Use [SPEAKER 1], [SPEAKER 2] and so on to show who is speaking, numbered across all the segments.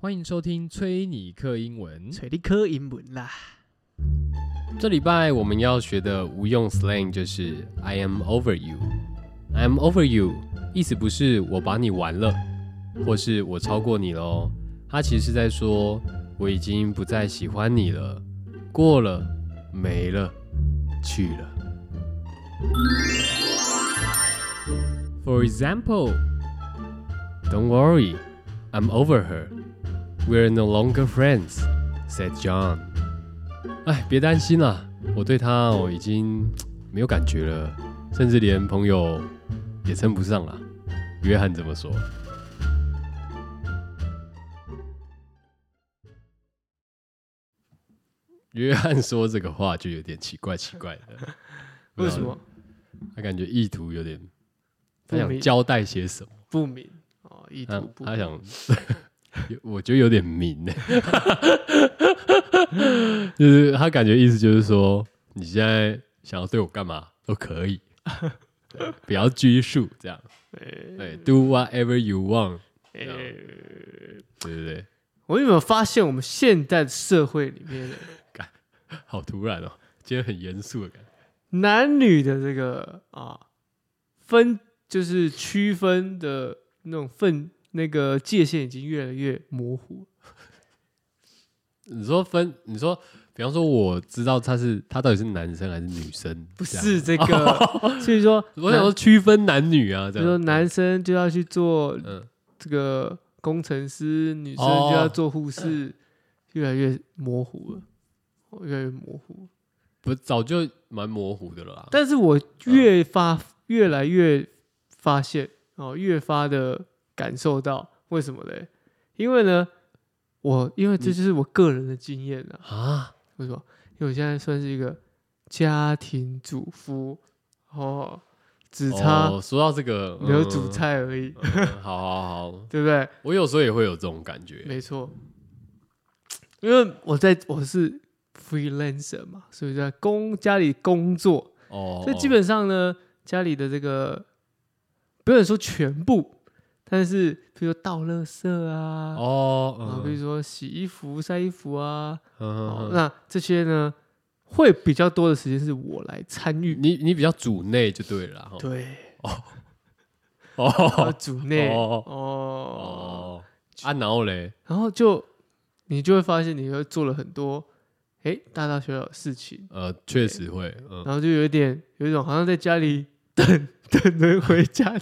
[SPEAKER 1] 欢迎收听崔尼克英文。
[SPEAKER 2] 找你考英文啦。
[SPEAKER 1] 这礼拜我们要学的无用 slang 就是 I am over you。I am over you 意思不是我把你完了，或是我超过你喽。它其实是在说我已经不再喜欢你了，过了，没了，去了。For example, don't worry, I'm over her. We're no longer friends," said John. 哎，别担心啦，我对他哦已经嘖没有感觉了，甚至连朋友也称不上啦。约翰怎么说？约翰说这个话就有点奇怪奇怪的，不知
[SPEAKER 2] 为
[SPEAKER 1] 道
[SPEAKER 2] 什么
[SPEAKER 1] 他感觉意图有点，他
[SPEAKER 2] 不
[SPEAKER 1] 想
[SPEAKER 2] 明
[SPEAKER 1] 交代些什么？
[SPEAKER 2] 不明？哦，意
[SPEAKER 1] 他
[SPEAKER 2] 图不
[SPEAKER 1] 他
[SPEAKER 2] 明。
[SPEAKER 1] 想， 有我觉得有点明呢， 就是他感觉意思就是说，你现在想要对我干嘛都可以，对不要拘束，这 样
[SPEAKER 2] 哎
[SPEAKER 1] 对，do whatever you want，
[SPEAKER 2] 哎，
[SPEAKER 1] 啊对对对，
[SPEAKER 2] 我有没有发现我们现代社会里面的
[SPEAKER 1] 好突然哦，今天很严肃的感觉，
[SPEAKER 2] 男女的这个啊分，就是区分的那种分那个界限已经越来越模糊。
[SPEAKER 1] 你说分，你说，比方说我知道他是他到底是男生还是女生，
[SPEAKER 2] 不
[SPEAKER 1] 这样啊
[SPEAKER 2] 是这 个，所以说，
[SPEAKER 1] 我想说区分男女啊，
[SPEAKER 2] 就
[SPEAKER 1] 这
[SPEAKER 2] 是说
[SPEAKER 1] 样，
[SPEAKER 2] 男生就要去做
[SPEAKER 1] 嗯，
[SPEAKER 2] 这个工程师，女生
[SPEAKER 1] 哦
[SPEAKER 2] 就要做护士，越来越模糊了，哦越来越模糊。
[SPEAKER 1] 不早就蛮模糊的了啦，
[SPEAKER 2] 但是我越发、越来越发现哦，越发的感受到为什么嘞？因为呢，我因为这就是我个人的经验啊。
[SPEAKER 1] 啊，
[SPEAKER 2] 为什么？因为我现在算是一个家庭主妇哦，只差
[SPEAKER 1] 哦、说到这个，
[SPEAKER 2] 没有
[SPEAKER 1] 嗯
[SPEAKER 2] 煮、菜而已，
[SPEAKER 1] 嗯好好好，
[SPEAKER 2] 对不对？
[SPEAKER 1] 我有时候也会有这种感觉。
[SPEAKER 2] 没错，因为我在我是 freelancer 嘛，所以在工家里工作，
[SPEAKER 1] 哦，
[SPEAKER 2] 所以基本上呢，家里的这个不能说全部，但是比如说倒垃圾啊，
[SPEAKER 1] 哦，
[SPEAKER 2] 然后
[SPEAKER 1] 嗯
[SPEAKER 2] 比如说洗衣服、晒衣服啊，哦
[SPEAKER 1] 嗯嗯，嗯
[SPEAKER 2] 那这些呢会比较多的时间是我来参与，
[SPEAKER 1] 你你比较主内就对了啦。吼
[SPEAKER 2] 对，然后
[SPEAKER 1] 哦
[SPEAKER 2] 组内
[SPEAKER 1] 哦
[SPEAKER 2] 哦
[SPEAKER 1] 哦，啊，然后嘞，
[SPEAKER 2] 然后就你就会发现，你会做了很多哎大大小小的事情，
[SPEAKER 1] 呃，确实会，嗯，
[SPEAKER 2] 然后就有一点有一种好像在家里等 等人回家 的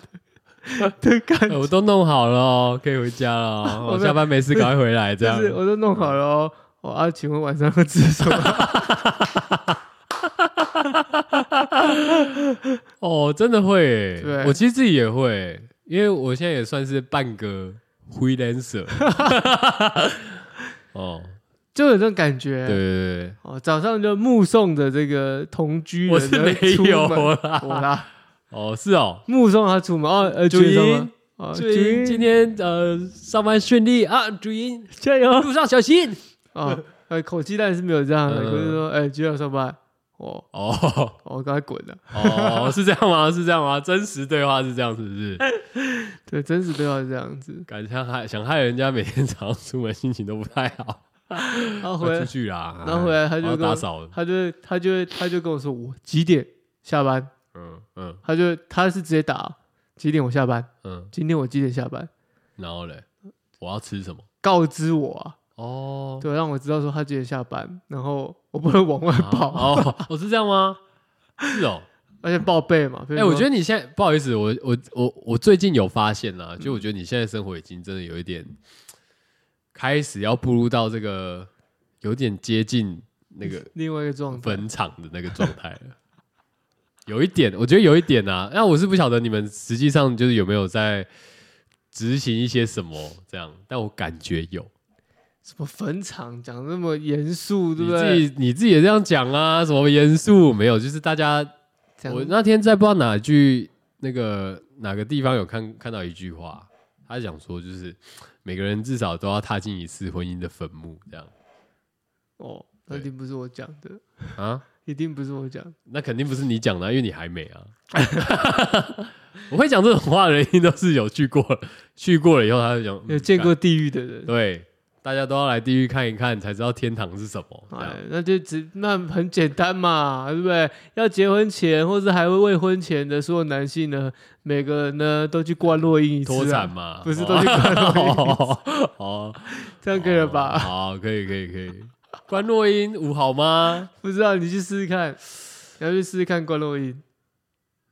[SPEAKER 2] 的感
[SPEAKER 1] 哎
[SPEAKER 2] 觉，
[SPEAKER 1] 我都弄好了哦，可以回家了哦。 我
[SPEAKER 2] 我没有
[SPEAKER 1] 下班没事，赶快回来，这
[SPEAKER 2] 就
[SPEAKER 1] 样
[SPEAKER 2] 是我都弄好了哦。我、啊，请问晚上要吃 什么？
[SPEAKER 1] 哦，真的会耶。
[SPEAKER 2] 对
[SPEAKER 1] 我其实自己也会，因为我现在也算是半个 freelancer。哦，
[SPEAKER 2] 就有这种感觉。
[SPEAKER 1] 对对对
[SPEAKER 2] 哦，早上就目送着这个同居
[SPEAKER 1] 对，我
[SPEAKER 2] 人
[SPEAKER 1] 是
[SPEAKER 2] 呢
[SPEAKER 1] 没
[SPEAKER 2] 出
[SPEAKER 1] 有啊
[SPEAKER 2] 门，
[SPEAKER 1] 啦。
[SPEAKER 2] 我啦，
[SPEAKER 1] 哦，是哦，
[SPEAKER 2] 目送他出门。哦，呃，
[SPEAKER 1] 主
[SPEAKER 2] 觉得
[SPEAKER 1] 音
[SPEAKER 2] 吗？哦，
[SPEAKER 1] 主音今天呃上班顺利啊，主音
[SPEAKER 2] 加油！
[SPEAKER 1] 路上小心。
[SPEAKER 2] 哦，呃，口气当然是没有这样的，
[SPEAKER 1] 嗯
[SPEAKER 2] 就是说，哎，今天要上班，哦，
[SPEAKER 1] 哦
[SPEAKER 2] 我赶快滚了。
[SPEAKER 1] 哦，是这样吗？是这样吗？真实对话是这样，是不是？
[SPEAKER 2] 对，真实对话是这样子。
[SPEAKER 1] 感觉想害想害人家每天早上出门心情都不太好，
[SPEAKER 2] 然后回
[SPEAKER 1] 要出
[SPEAKER 2] 来，
[SPEAKER 1] 去啦，
[SPEAKER 2] 然后回来他
[SPEAKER 1] 他
[SPEAKER 2] 就跟
[SPEAKER 1] 打
[SPEAKER 2] 我，
[SPEAKER 1] 扫了，
[SPEAKER 2] 他就他就他就跟我说，我几点下班？
[SPEAKER 1] 嗯嗯
[SPEAKER 2] 他就他是直接打几点我下班，
[SPEAKER 1] 嗯，
[SPEAKER 2] 今天我几点下班，
[SPEAKER 1] 然后嘞，我要吃什么？
[SPEAKER 2] 告知我啊，
[SPEAKER 1] 哦，
[SPEAKER 2] 对，让我知道说他几点下班，然后我不能往外
[SPEAKER 1] 啊
[SPEAKER 2] 跑，
[SPEAKER 1] 哦，我是这样吗？是哦，
[SPEAKER 2] 而且报备嘛。
[SPEAKER 1] 哎，我觉
[SPEAKER 2] 得
[SPEAKER 1] 得你现在不好意思，我我我我最近有发现
[SPEAKER 2] 嗯
[SPEAKER 1] 啦，就我觉得你现在生活已经真的有一点开始要步入到这个有点接近那个
[SPEAKER 2] 另外一个 状态，
[SPEAKER 1] 坟场的那个状态了。 有一点，我觉得有一点啊，那我是不晓得你们实际上就是有没有在执行一些什么这样，但我感觉有。
[SPEAKER 2] 什么坟场讲得那么严肃，对
[SPEAKER 1] 你
[SPEAKER 2] 不
[SPEAKER 1] 自
[SPEAKER 2] 对？
[SPEAKER 1] 己你自己也这样讲啊，什么严肃没有？就是大家，
[SPEAKER 2] 讲
[SPEAKER 1] 我那天在不知道哪句那个哪个地方有看看到一句话，他讲说就是每个人至少都要踏进一次婚姻的坟墓这样
[SPEAKER 2] 哦，那
[SPEAKER 1] 对
[SPEAKER 2] 一定不是我讲的，
[SPEAKER 1] 啊。
[SPEAKER 2] 一定不是我讲的。
[SPEAKER 1] 那肯定不是你讲的啊、因为你还没啊。 我会讲这种话的人，一定都是有去过了，去过了以后他就讲、嗯
[SPEAKER 2] 有见过地狱的人，
[SPEAKER 1] 对，大家都要来地狱看一看，才知道天堂是什么。这样
[SPEAKER 2] 哎，那就只那很简单嘛，对不对？要结婚前或是还未婚前的所有男性呢，每个人呢都去灌落英一次、啊，
[SPEAKER 1] 脱产嘛，
[SPEAKER 2] 不是
[SPEAKER 1] 哦
[SPEAKER 2] 都去关洛音
[SPEAKER 1] 哦哦，
[SPEAKER 2] 这样可以了吧？
[SPEAKER 1] 好，哦可以，可以，可以。关若英舞好吗？
[SPEAKER 2] 不知道你去试试看，你要去试试看关洛音，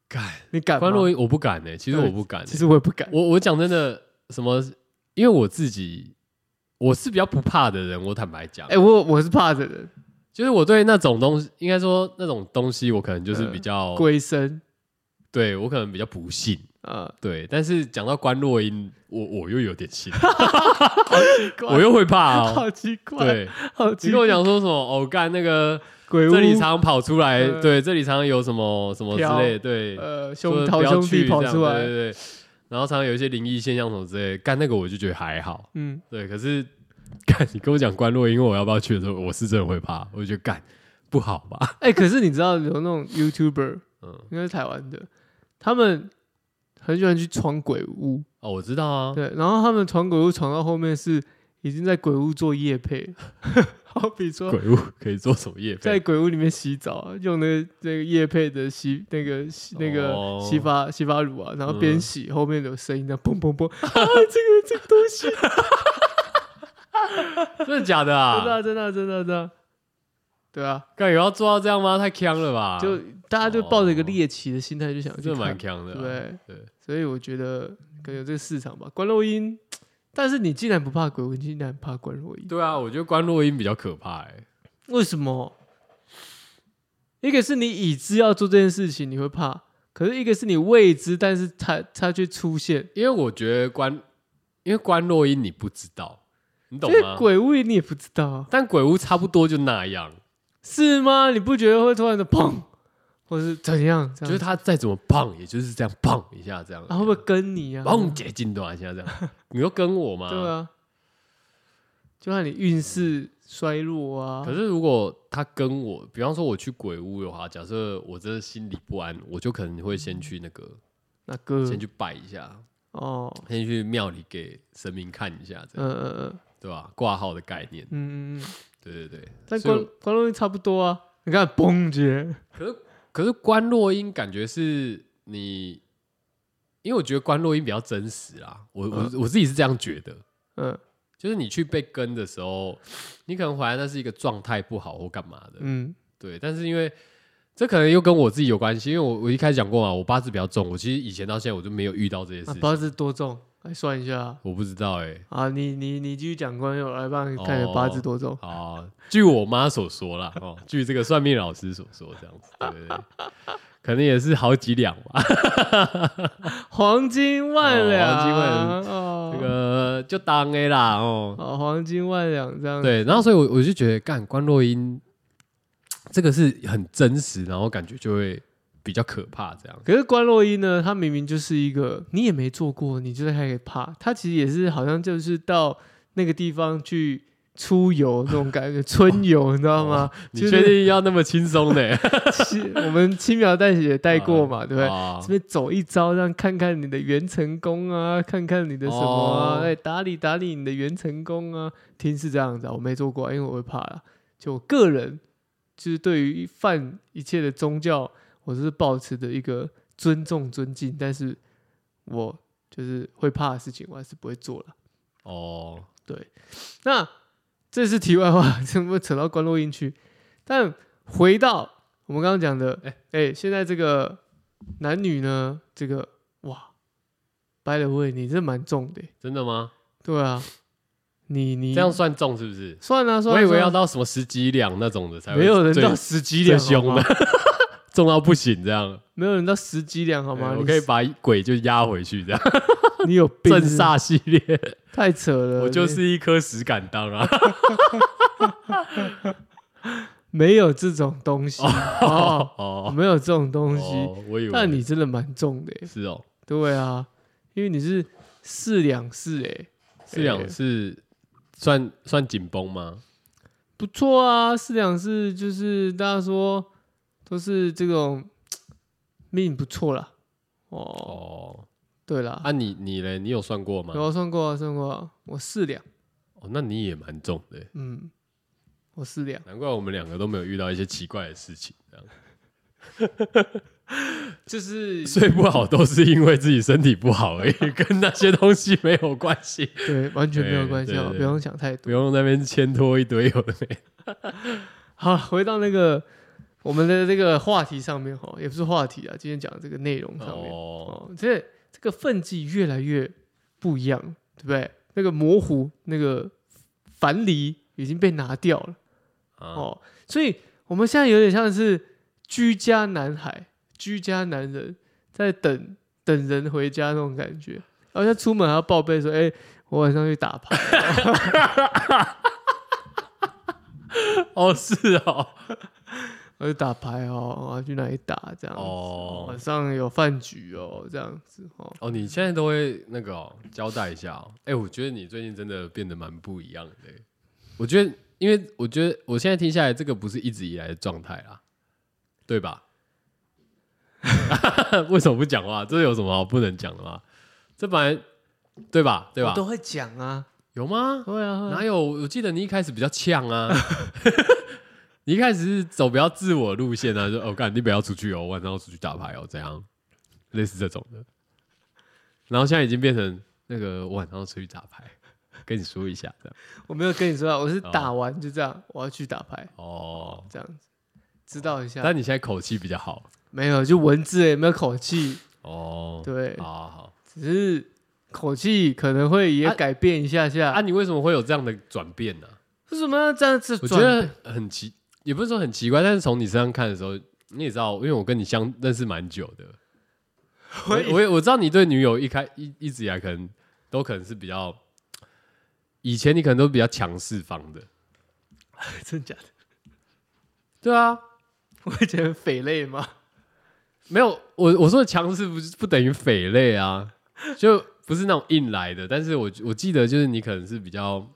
[SPEAKER 1] 敢
[SPEAKER 2] 你敢吗？
[SPEAKER 1] 关若英我不敢呢、其实我不敢欸、
[SPEAKER 2] 其实我也不敢，
[SPEAKER 1] 我我讲真的，什么？因为我自己我是比较不怕的人，我坦白讲，
[SPEAKER 2] 哎、我我是怕的人，
[SPEAKER 1] 就是我对那种东西，应该说那种东西，我可能
[SPEAKER 2] 嗯
[SPEAKER 1] 就是比较，
[SPEAKER 2] 龟身
[SPEAKER 1] 对我可能比较不信。
[SPEAKER 2] 啊，
[SPEAKER 1] 对，但是讲到关若英，我我又有点 信，
[SPEAKER 2] 奇怪
[SPEAKER 1] 我又会怕哦。
[SPEAKER 2] 啊好奇怪，，
[SPEAKER 1] 对，
[SPEAKER 2] 好
[SPEAKER 1] 你
[SPEAKER 2] 奇
[SPEAKER 1] 跟
[SPEAKER 2] 怪，
[SPEAKER 1] 我讲说什么？哦，干那个
[SPEAKER 2] 鬼屋
[SPEAKER 1] 这里常常跑出来，
[SPEAKER 2] 呃
[SPEAKER 1] 对，这里常常有什么什么之
[SPEAKER 2] 飘
[SPEAKER 1] 类，对，
[SPEAKER 2] 呃
[SPEAKER 1] 说
[SPEAKER 2] 兄
[SPEAKER 1] 不
[SPEAKER 2] 好
[SPEAKER 1] 要
[SPEAKER 2] 兄
[SPEAKER 1] 去
[SPEAKER 2] 弟跑
[SPEAKER 1] 这样
[SPEAKER 2] 出
[SPEAKER 1] 对
[SPEAKER 2] 来，
[SPEAKER 1] 对对。然后常常有一些灵异现象什么之类的，干那个我就觉得还好，
[SPEAKER 2] 嗯，
[SPEAKER 1] 对。可是干你跟我讲关若英，因为我要不要去的时候，我是真的会怕，我就觉得干不好吧，
[SPEAKER 2] 哎、可是你知道有那种 YouTuber，
[SPEAKER 1] 嗯。
[SPEAKER 2] 应该是台湾的，他们很喜欢去闯鬼屋，
[SPEAKER 1] 哦，我知道啊，
[SPEAKER 2] 对，然后他们闯鬼屋闯到后面是已经在鬼屋做夜配 了，好比说
[SPEAKER 1] 鬼屋可以做什么业
[SPEAKER 2] 在
[SPEAKER 1] 配？
[SPEAKER 2] 鬼屋里面洗澡，用那个那个夜配的洗那个洗那个
[SPEAKER 1] 哦
[SPEAKER 2] 洗发洗发乳啊，然后边
[SPEAKER 1] 嗯
[SPEAKER 2] 洗、后面有声音的 砰砰砰，啊，这个这个东西，真
[SPEAKER 1] 真的假的
[SPEAKER 2] 的
[SPEAKER 1] 啊？
[SPEAKER 2] 啊真的啊真的啊真的啊，对啊，
[SPEAKER 1] 干有要做到这样吗？太强了吧！
[SPEAKER 2] 就大家就抱着一个
[SPEAKER 1] 哦
[SPEAKER 2] 猎奇的心态就想去
[SPEAKER 1] 真的蛮
[SPEAKER 2] 看，
[SPEAKER 1] 强的啊、
[SPEAKER 2] 对
[SPEAKER 1] 对，
[SPEAKER 2] 所以我觉得可能有这个市场吧。关洛音，但是你竟然不怕鬼屋，你竟然怕关洛音，
[SPEAKER 1] 对啊，我觉得关若英比较可怕、欸，
[SPEAKER 2] 为什么？一个是你已知要做这件事情，你会怕；可是一个是你未知，但是它它却出现。
[SPEAKER 1] 因为我觉得关，因为关若英你不知道，你懂
[SPEAKER 2] 因为
[SPEAKER 1] 吗？
[SPEAKER 2] 鬼屋你也不知道啊，
[SPEAKER 1] 但鬼屋差不多就那样，
[SPEAKER 2] 是吗？你不觉得会突然的砰，或是怎样？这
[SPEAKER 1] 就是
[SPEAKER 2] 样
[SPEAKER 1] 他再怎么胖，也就是这样胖一下这样，
[SPEAKER 2] 啊啊，会不会跟你啊？
[SPEAKER 1] 砰解禁断一下这 样？你又跟我吗？
[SPEAKER 2] 对啊，就看你运势衰弱啊。
[SPEAKER 1] 可是如果他跟我，比方说我去鬼屋的话，假设我真的心里不安，我就可能会先去那个，
[SPEAKER 2] 那个
[SPEAKER 1] 先去拜一下，
[SPEAKER 2] 哦，
[SPEAKER 1] 先去庙里给神明看一下，这样、
[SPEAKER 2] 嗯嗯嗯
[SPEAKER 1] 对吧、挂号的概念，
[SPEAKER 2] 嗯嗯嗯，
[SPEAKER 1] 对对对。
[SPEAKER 2] 但
[SPEAKER 1] 所以
[SPEAKER 2] 关关东西差不多啊。你看，嘣姐，
[SPEAKER 1] 可是可是关若英感觉是你，因为我觉得关若英比较真实啦，我我、我自己是这样觉得，
[SPEAKER 2] 嗯
[SPEAKER 1] 就是你去被跟的时候，你可能怀疑那是一个状态不好或干嘛的，
[SPEAKER 2] 嗯
[SPEAKER 1] 对，但是因为。这可能又跟我自己有关系，因为我我一开始讲过嘛，我八字比较重，我其实以前到现在我就没有遇到这些事
[SPEAKER 2] 啊，
[SPEAKER 1] 情，
[SPEAKER 2] 八字多重？来算一下啊。
[SPEAKER 1] 我不知道哎、欸。
[SPEAKER 2] 啊，你你你继续讲关于我来帮你看你的八字多重。
[SPEAKER 1] 好、据我妈所说啦，哦，据这个算命老师所说，这样子，对对对，可能也是好几两吧。
[SPEAKER 2] 黄金万两，
[SPEAKER 1] 哦黄金万
[SPEAKER 2] 哦
[SPEAKER 1] 这个就当 A 啦哦。
[SPEAKER 2] 哦，黄金万两这样。，
[SPEAKER 1] 对，然后所以我我就觉得，干关若英这个是很真实，然后感觉就会比较可怕这样。
[SPEAKER 2] 可是关洛伊呢，他明明就是一个你也没做过，你就在开始怕。他其实也是好像就是到那个地方去出游那种感觉， 春游，你知道吗？
[SPEAKER 1] 你
[SPEAKER 2] 就是
[SPEAKER 1] 确定要那么轻松呢？
[SPEAKER 2] 是我们轻描淡写也 带过嘛，对不对？
[SPEAKER 1] 啊
[SPEAKER 2] 这边走一遭，让看看你的元成功啊，看看你的什么啊，
[SPEAKER 1] 哦
[SPEAKER 2] 哎、打理打理你的元成功啊。听是这样子、啊，我没做过啊，因为我会怕啦。就我个人，就是对于泛一切的宗教，我是保持着一个尊重、尊敬，但是我就是会怕的事情，我还是不会做了。
[SPEAKER 1] 哦，
[SPEAKER 2] 那这是题外话， 怎么扯到关洛音去？但回到我们刚刚讲的，哎、
[SPEAKER 1] 哎
[SPEAKER 2] 现在这个男女呢，这个哇，掰了位，你这蛮重的耶，
[SPEAKER 1] 真的吗？
[SPEAKER 2] 对啊，你你
[SPEAKER 1] 这样算重是不是？
[SPEAKER 2] 算啊算啊，
[SPEAKER 1] 我以为
[SPEAKER 2] 算啊
[SPEAKER 1] 要到什么十几两那种的才会
[SPEAKER 2] 没有人
[SPEAKER 1] 最
[SPEAKER 2] 到十几
[SPEAKER 1] 最
[SPEAKER 2] 两
[SPEAKER 1] 凶
[SPEAKER 2] 好
[SPEAKER 1] 的
[SPEAKER 2] 吗，
[SPEAKER 1] 重到不行这样。
[SPEAKER 2] 啊没有人到十几两好吗？
[SPEAKER 1] 哎对我
[SPEAKER 2] 你
[SPEAKER 1] 可以把鬼就压回去这样。
[SPEAKER 2] 你有 病
[SPEAKER 1] 镇
[SPEAKER 2] 是不是
[SPEAKER 1] 煞系 列，
[SPEAKER 2] 太扯了，
[SPEAKER 1] 我就
[SPEAKER 2] 你
[SPEAKER 1] 是一颗石敢当啊。
[SPEAKER 2] 没有这种东西，哦，
[SPEAKER 1] 哦，
[SPEAKER 2] 没有这种东西，
[SPEAKER 1] 哦我以为。
[SPEAKER 2] 但你真的蛮重的耶，
[SPEAKER 1] 是哦，
[SPEAKER 2] 对啊，因为你是四两四哎。
[SPEAKER 1] 四两是算算紧绷吗？
[SPEAKER 2] 不错啊，四两是就是大家说都是这种命不错啦。哦，
[SPEAKER 1] 哦，
[SPEAKER 2] 对啦，
[SPEAKER 1] 啊你你嘞，你有算过吗
[SPEAKER 2] 有？啊算过啊算过啊，我四两，
[SPEAKER 1] 哦，那你也蛮重的耶，欸
[SPEAKER 2] 嗯，我四两，
[SPEAKER 1] 难怪我们两个都没有遇到一些奇怪的事情，这样
[SPEAKER 2] 就是
[SPEAKER 1] 睡不好都是因为自己身体不好而已，跟那些东西没有关系，
[SPEAKER 2] 对，完全没有关系
[SPEAKER 1] 对
[SPEAKER 2] 啊，
[SPEAKER 1] 对
[SPEAKER 2] 不用想太多。
[SPEAKER 1] 不用那边牵拖一堆有的没的。
[SPEAKER 2] 好，回到那个我们的这个话题上面哈，也不是话题啊，今天讲的这个内容上面
[SPEAKER 1] 哦，
[SPEAKER 2] 哦，这这个分际越来越不一样，对不对？那个模糊，那个樊篱已经被拿掉了
[SPEAKER 1] 啊，
[SPEAKER 2] 哦，所以我们现在有点像是居家男孩、居家男人在等等人回家那种感觉，好像出门还要报备说：“哎、我晚上去打牌。
[SPEAKER 1] 哦是哦，
[SPEAKER 2] 我去打牌哦，我要去哪里打这样子
[SPEAKER 1] 哦
[SPEAKER 2] 晚上有饭局哦，这样子哦，
[SPEAKER 1] 哦，你现在都会那个、哦、交代一下、哦。哎、我觉得你最近真的变得蛮不一样的欸。我觉得，因为我觉得我现在听下来，这个不是一直以来的状态啦，对吧？ 为什么不讲话？这有什么好不能讲的吗？这本来对吧？对吧
[SPEAKER 2] 我？都会讲啊，
[SPEAKER 1] 有吗？
[SPEAKER 2] 会啊，会啊
[SPEAKER 1] 哪有？我记得你一开始比较呛啊， 你一开始是走比较自我路线啊，说哦，干你不要出去哦，晚上要出去打牌哦，怎样？类似这种的。然后现在已经变成那个我晚上要出去打牌，跟你说一下这样。
[SPEAKER 2] 我没有跟你说啊，我是打完就这样，我要去打牌，
[SPEAKER 1] 哦，
[SPEAKER 2] 这样子，知道一下，
[SPEAKER 1] 但你现在口气比较好
[SPEAKER 2] 没有就文字也没有口气，
[SPEAKER 1] 哦。，
[SPEAKER 2] 对，
[SPEAKER 1] 好好好。
[SPEAKER 2] 只是口气可能会也
[SPEAKER 1] 啊
[SPEAKER 2] 改变一下下，
[SPEAKER 1] 啊，你为什么会有这样的转变呢、
[SPEAKER 2] 为什么要这样子
[SPEAKER 1] 我觉
[SPEAKER 2] 转？
[SPEAKER 1] 得很奇，也不是说很奇怪，但是从你身上看的时候，你也知道，因为我跟你相认识蛮久的，我
[SPEAKER 2] 以
[SPEAKER 1] 我也我知道你对女友一开一一直以来可能都可能是比较，以前你可能都比较强势方的，
[SPEAKER 2] 真假的，
[SPEAKER 1] 对啊，
[SPEAKER 2] 我以前很匪类吗？
[SPEAKER 1] 没有我我说的强势不是不等于匪类啊，就不是那种硬来的，但是我我记得就是你可能是比较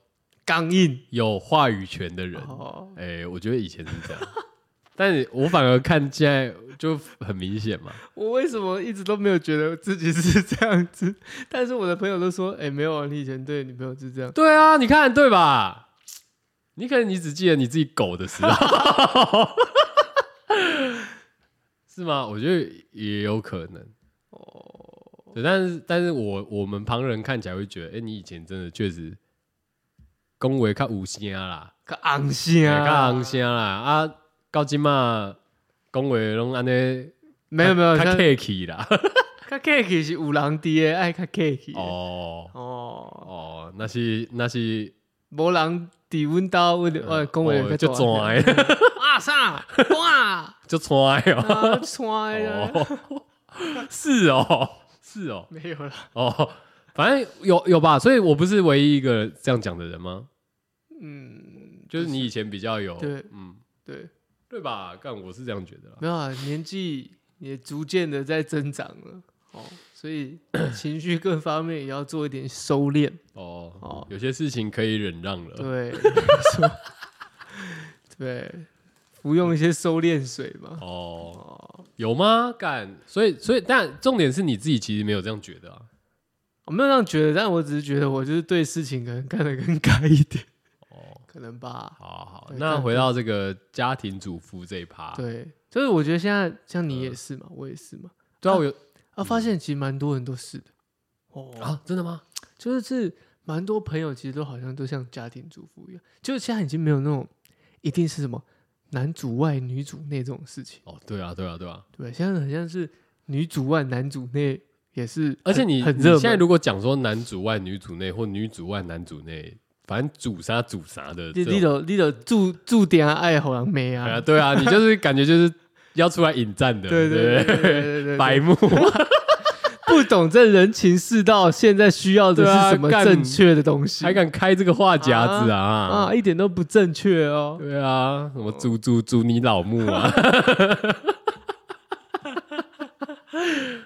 [SPEAKER 2] 刚硬
[SPEAKER 1] 有话语权的人，
[SPEAKER 2] 哦，
[SPEAKER 1] 哎、我觉得以前是这样， 但是我反而看现在就很明显嘛，
[SPEAKER 2] 我为什么一直都没有觉得自己是这样子？ 但是我的朋友都说，哎、没有啊，你以前对女朋友是这样。
[SPEAKER 1] 对啊，你看对吧？你可能你只记得你自己狗的时候， 是吗？我觉得也有可能。哦，对，但是但是我我们旁人看起来会觉得，哎、你以前真的确实恭维看五星啊啦，
[SPEAKER 2] 个昂心啊，
[SPEAKER 1] 看红星啦啊，到今嘛恭维拢安尼，
[SPEAKER 2] 没有没有，
[SPEAKER 1] 他
[SPEAKER 2] 像
[SPEAKER 1] cake 啦。
[SPEAKER 2] 较 cake 是有人滴的，爱较 cake 的。
[SPEAKER 1] 哦
[SPEAKER 2] 哦，
[SPEAKER 1] 哦，那是那是，
[SPEAKER 2] 无人伫阮兜，阮呃就我哎
[SPEAKER 1] 哦就
[SPEAKER 2] 讲话转
[SPEAKER 1] 拽
[SPEAKER 2] 啊啥哇，
[SPEAKER 1] 就拽哦。
[SPEAKER 2] 啊穿啊，
[SPEAKER 1] 哦，是哦，是哦，
[SPEAKER 2] 没有啦，
[SPEAKER 1] 哦，反正有有吧，所以我不是唯一一个这样讲的人吗？
[SPEAKER 2] 嗯，
[SPEAKER 1] 就是你以前比较有，
[SPEAKER 2] 对
[SPEAKER 1] 嗯，
[SPEAKER 2] 对，
[SPEAKER 1] 对吧？干，我是这样觉得啦。
[SPEAKER 2] 没有啊，年纪也逐渐的在增长了。哦，所以情绪各方面也要做一点收敛。
[SPEAKER 1] 哦，
[SPEAKER 2] 哦
[SPEAKER 1] 有些事情可以忍让了。
[SPEAKER 2] 对，没 错对，服用一些收敛水嘛。
[SPEAKER 1] 哦，
[SPEAKER 2] 哦，
[SPEAKER 1] 有吗？干，所以所以，但重点是你自己其实没有这样觉得啊。
[SPEAKER 2] 我没有这样觉得，但我只是觉得我就是对事情可能看得更开一点，
[SPEAKER 1] 哦，
[SPEAKER 2] 可能吧。
[SPEAKER 1] 好好好，
[SPEAKER 2] 对
[SPEAKER 1] 那
[SPEAKER 2] 但
[SPEAKER 1] 回到这个家庭主妇这一趴，
[SPEAKER 2] 对，就是我觉得现在像你也
[SPEAKER 1] 嗯
[SPEAKER 2] 是嘛，我也是嘛，
[SPEAKER 1] 对啊，我有
[SPEAKER 2] 啊，发现其实蛮多人都是的。哦，
[SPEAKER 1] 啊，真的吗？
[SPEAKER 2] 就是是蛮多朋友其实都好像都像家庭主妇一样，就是现在已经没有那种一定是什么男主外女主内这种事情，
[SPEAKER 1] 哦，对啊，对啊，对啊。
[SPEAKER 2] 对，现在很像是女主外男主内也是很，
[SPEAKER 1] 而且你
[SPEAKER 2] 很
[SPEAKER 1] 你
[SPEAKER 2] 热门。
[SPEAKER 1] 现在如果讲说男主外女主内或女主外男主内，反正主啥主啥的这种，
[SPEAKER 2] 你你都你都注注定爱好人妹
[SPEAKER 1] 哎呀
[SPEAKER 2] 啊，
[SPEAKER 1] 对啊，你就是感觉就是要出来引战的，
[SPEAKER 2] 对
[SPEAKER 1] 对
[SPEAKER 2] 对对
[SPEAKER 1] 不对
[SPEAKER 2] 对对对对，
[SPEAKER 1] 白目，
[SPEAKER 2] 不懂这人情世道，现在需要的
[SPEAKER 1] 对啊
[SPEAKER 2] 是什么
[SPEAKER 1] 干
[SPEAKER 2] 正确的东西？
[SPEAKER 1] 还敢开这个话匣子啊？
[SPEAKER 2] 啊，一点都不正确哦。
[SPEAKER 1] 对啊，什么猪猪猪你老母 啊？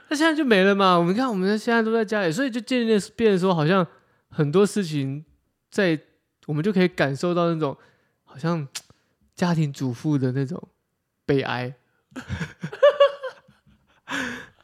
[SPEAKER 2] 那现在就没了嘛？我们看，我们现在都在家里，所以就渐渐地变得说，好像很多事情在我们就可以感受到那种好像家庭主妇的那种悲哀。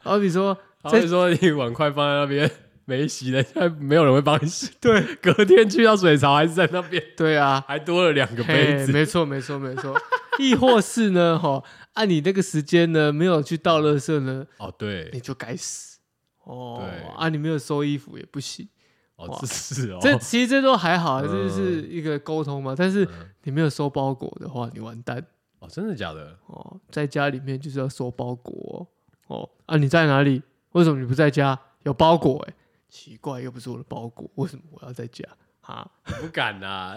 [SPEAKER 2] 好比说，
[SPEAKER 1] 所以说你碗筷放在那边。没洗了，现在 没有人会帮你洗。
[SPEAKER 2] 对，
[SPEAKER 1] 隔天去到水槽还是在那边，
[SPEAKER 2] 对啊，
[SPEAKER 1] 还多了两个杯
[SPEAKER 2] 嘿
[SPEAKER 1] 子。
[SPEAKER 2] 没错，没错，没错。亦或是呢，哈，按你那个时间呢，没有去倒垃圾呢，
[SPEAKER 1] 哦，对
[SPEAKER 2] 你，就该死。哦
[SPEAKER 1] 对，
[SPEAKER 2] 啊，你没有收衣服也不行。
[SPEAKER 1] 哦，这是哦，
[SPEAKER 2] 这其实这都还好，啊
[SPEAKER 1] 嗯
[SPEAKER 2] 这就是一个沟通嘛。但是
[SPEAKER 1] 嗯
[SPEAKER 2] 你没有收包裹的话，你完蛋
[SPEAKER 1] 哦，真的假的？
[SPEAKER 2] 哦。在家里面就是要收包裹哦。哦啊，你在哪里？为什么你不在家？有包裹哎、奇怪，又不是我的包裹，为什么我要在家啊？
[SPEAKER 1] 不敢 啊，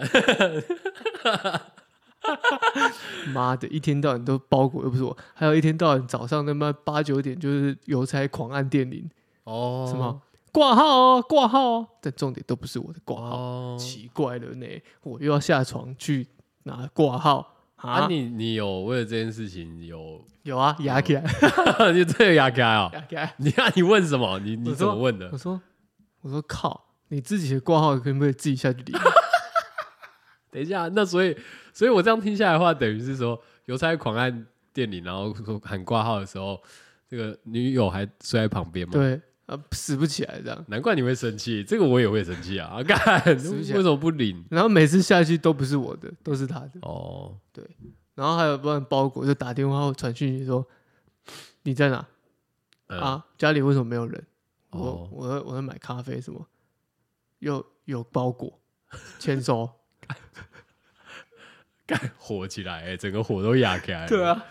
[SPEAKER 2] 妈的，一天到晚都包裹，又不是我，还有一天到晚早上他妈八九点就是邮差狂按电铃，
[SPEAKER 1] 哦，
[SPEAKER 2] 什么挂号哦，挂号哦，但重点都不是我的挂号，
[SPEAKER 1] 哦，
[SPEAKER 2] 奇怪了呢，我又要下床去拿挂号
[SPEAKER 1] 啊，
[SPEAKER 2] 啊，
[SPEAKER 1] 你你有为了这件事情有，
[SPEAKER 2] 有啊，压起来，
[SPEAKER 1] 你这嗯个牙开啊？
[SPEAKER 2] 压起来，
[SPEAKER 1] 你看你问什么？你你
[SPEAKER 2] 我说
[SPEAKER 1] 怎么问的
[SPEAKER 2] 我？说，我说靠，你自己的挂号可不可以自己下去理？
[SPEAKER 1] 嗯等一下，那所以所以我这样听下来的话，等于是说邮差狂按店里，然后说喊挂号的时候，这个女友还睡在旁边吗？，
[SPEAKER 2] 对，啊，死不起来这样，
[SPEAKER 1] 难怪你会生气，这个我也会生气啊！啊 干，
[SPEAKER 2] 死不
[SPEAKER 1] 为
[SPEAKER 2] 起
[SPEAKER 1] 什
[SPEAKER 2] 来
[SPEAKER 1] 么不领？
[SPEAKER 2] 然后每次下去都不是我的，都是他的。
[SPEAKER 1] 哦，
[SPEAKER 2] 然后还有不然包裹就打电话或传讯息说你在哪、
[SPEAKER 1] 嗯，
[SPEAKER 2] 啊？家里为什么没有人？我、
[SPEAKER 1] 哦
[SPEAKER 2] 我在我在买咖啡什么，有有 包裹，签收。
[SPEAKER 1] 干火起来、欸，整个火都压开。
[SPEAKER 2] 对，啊，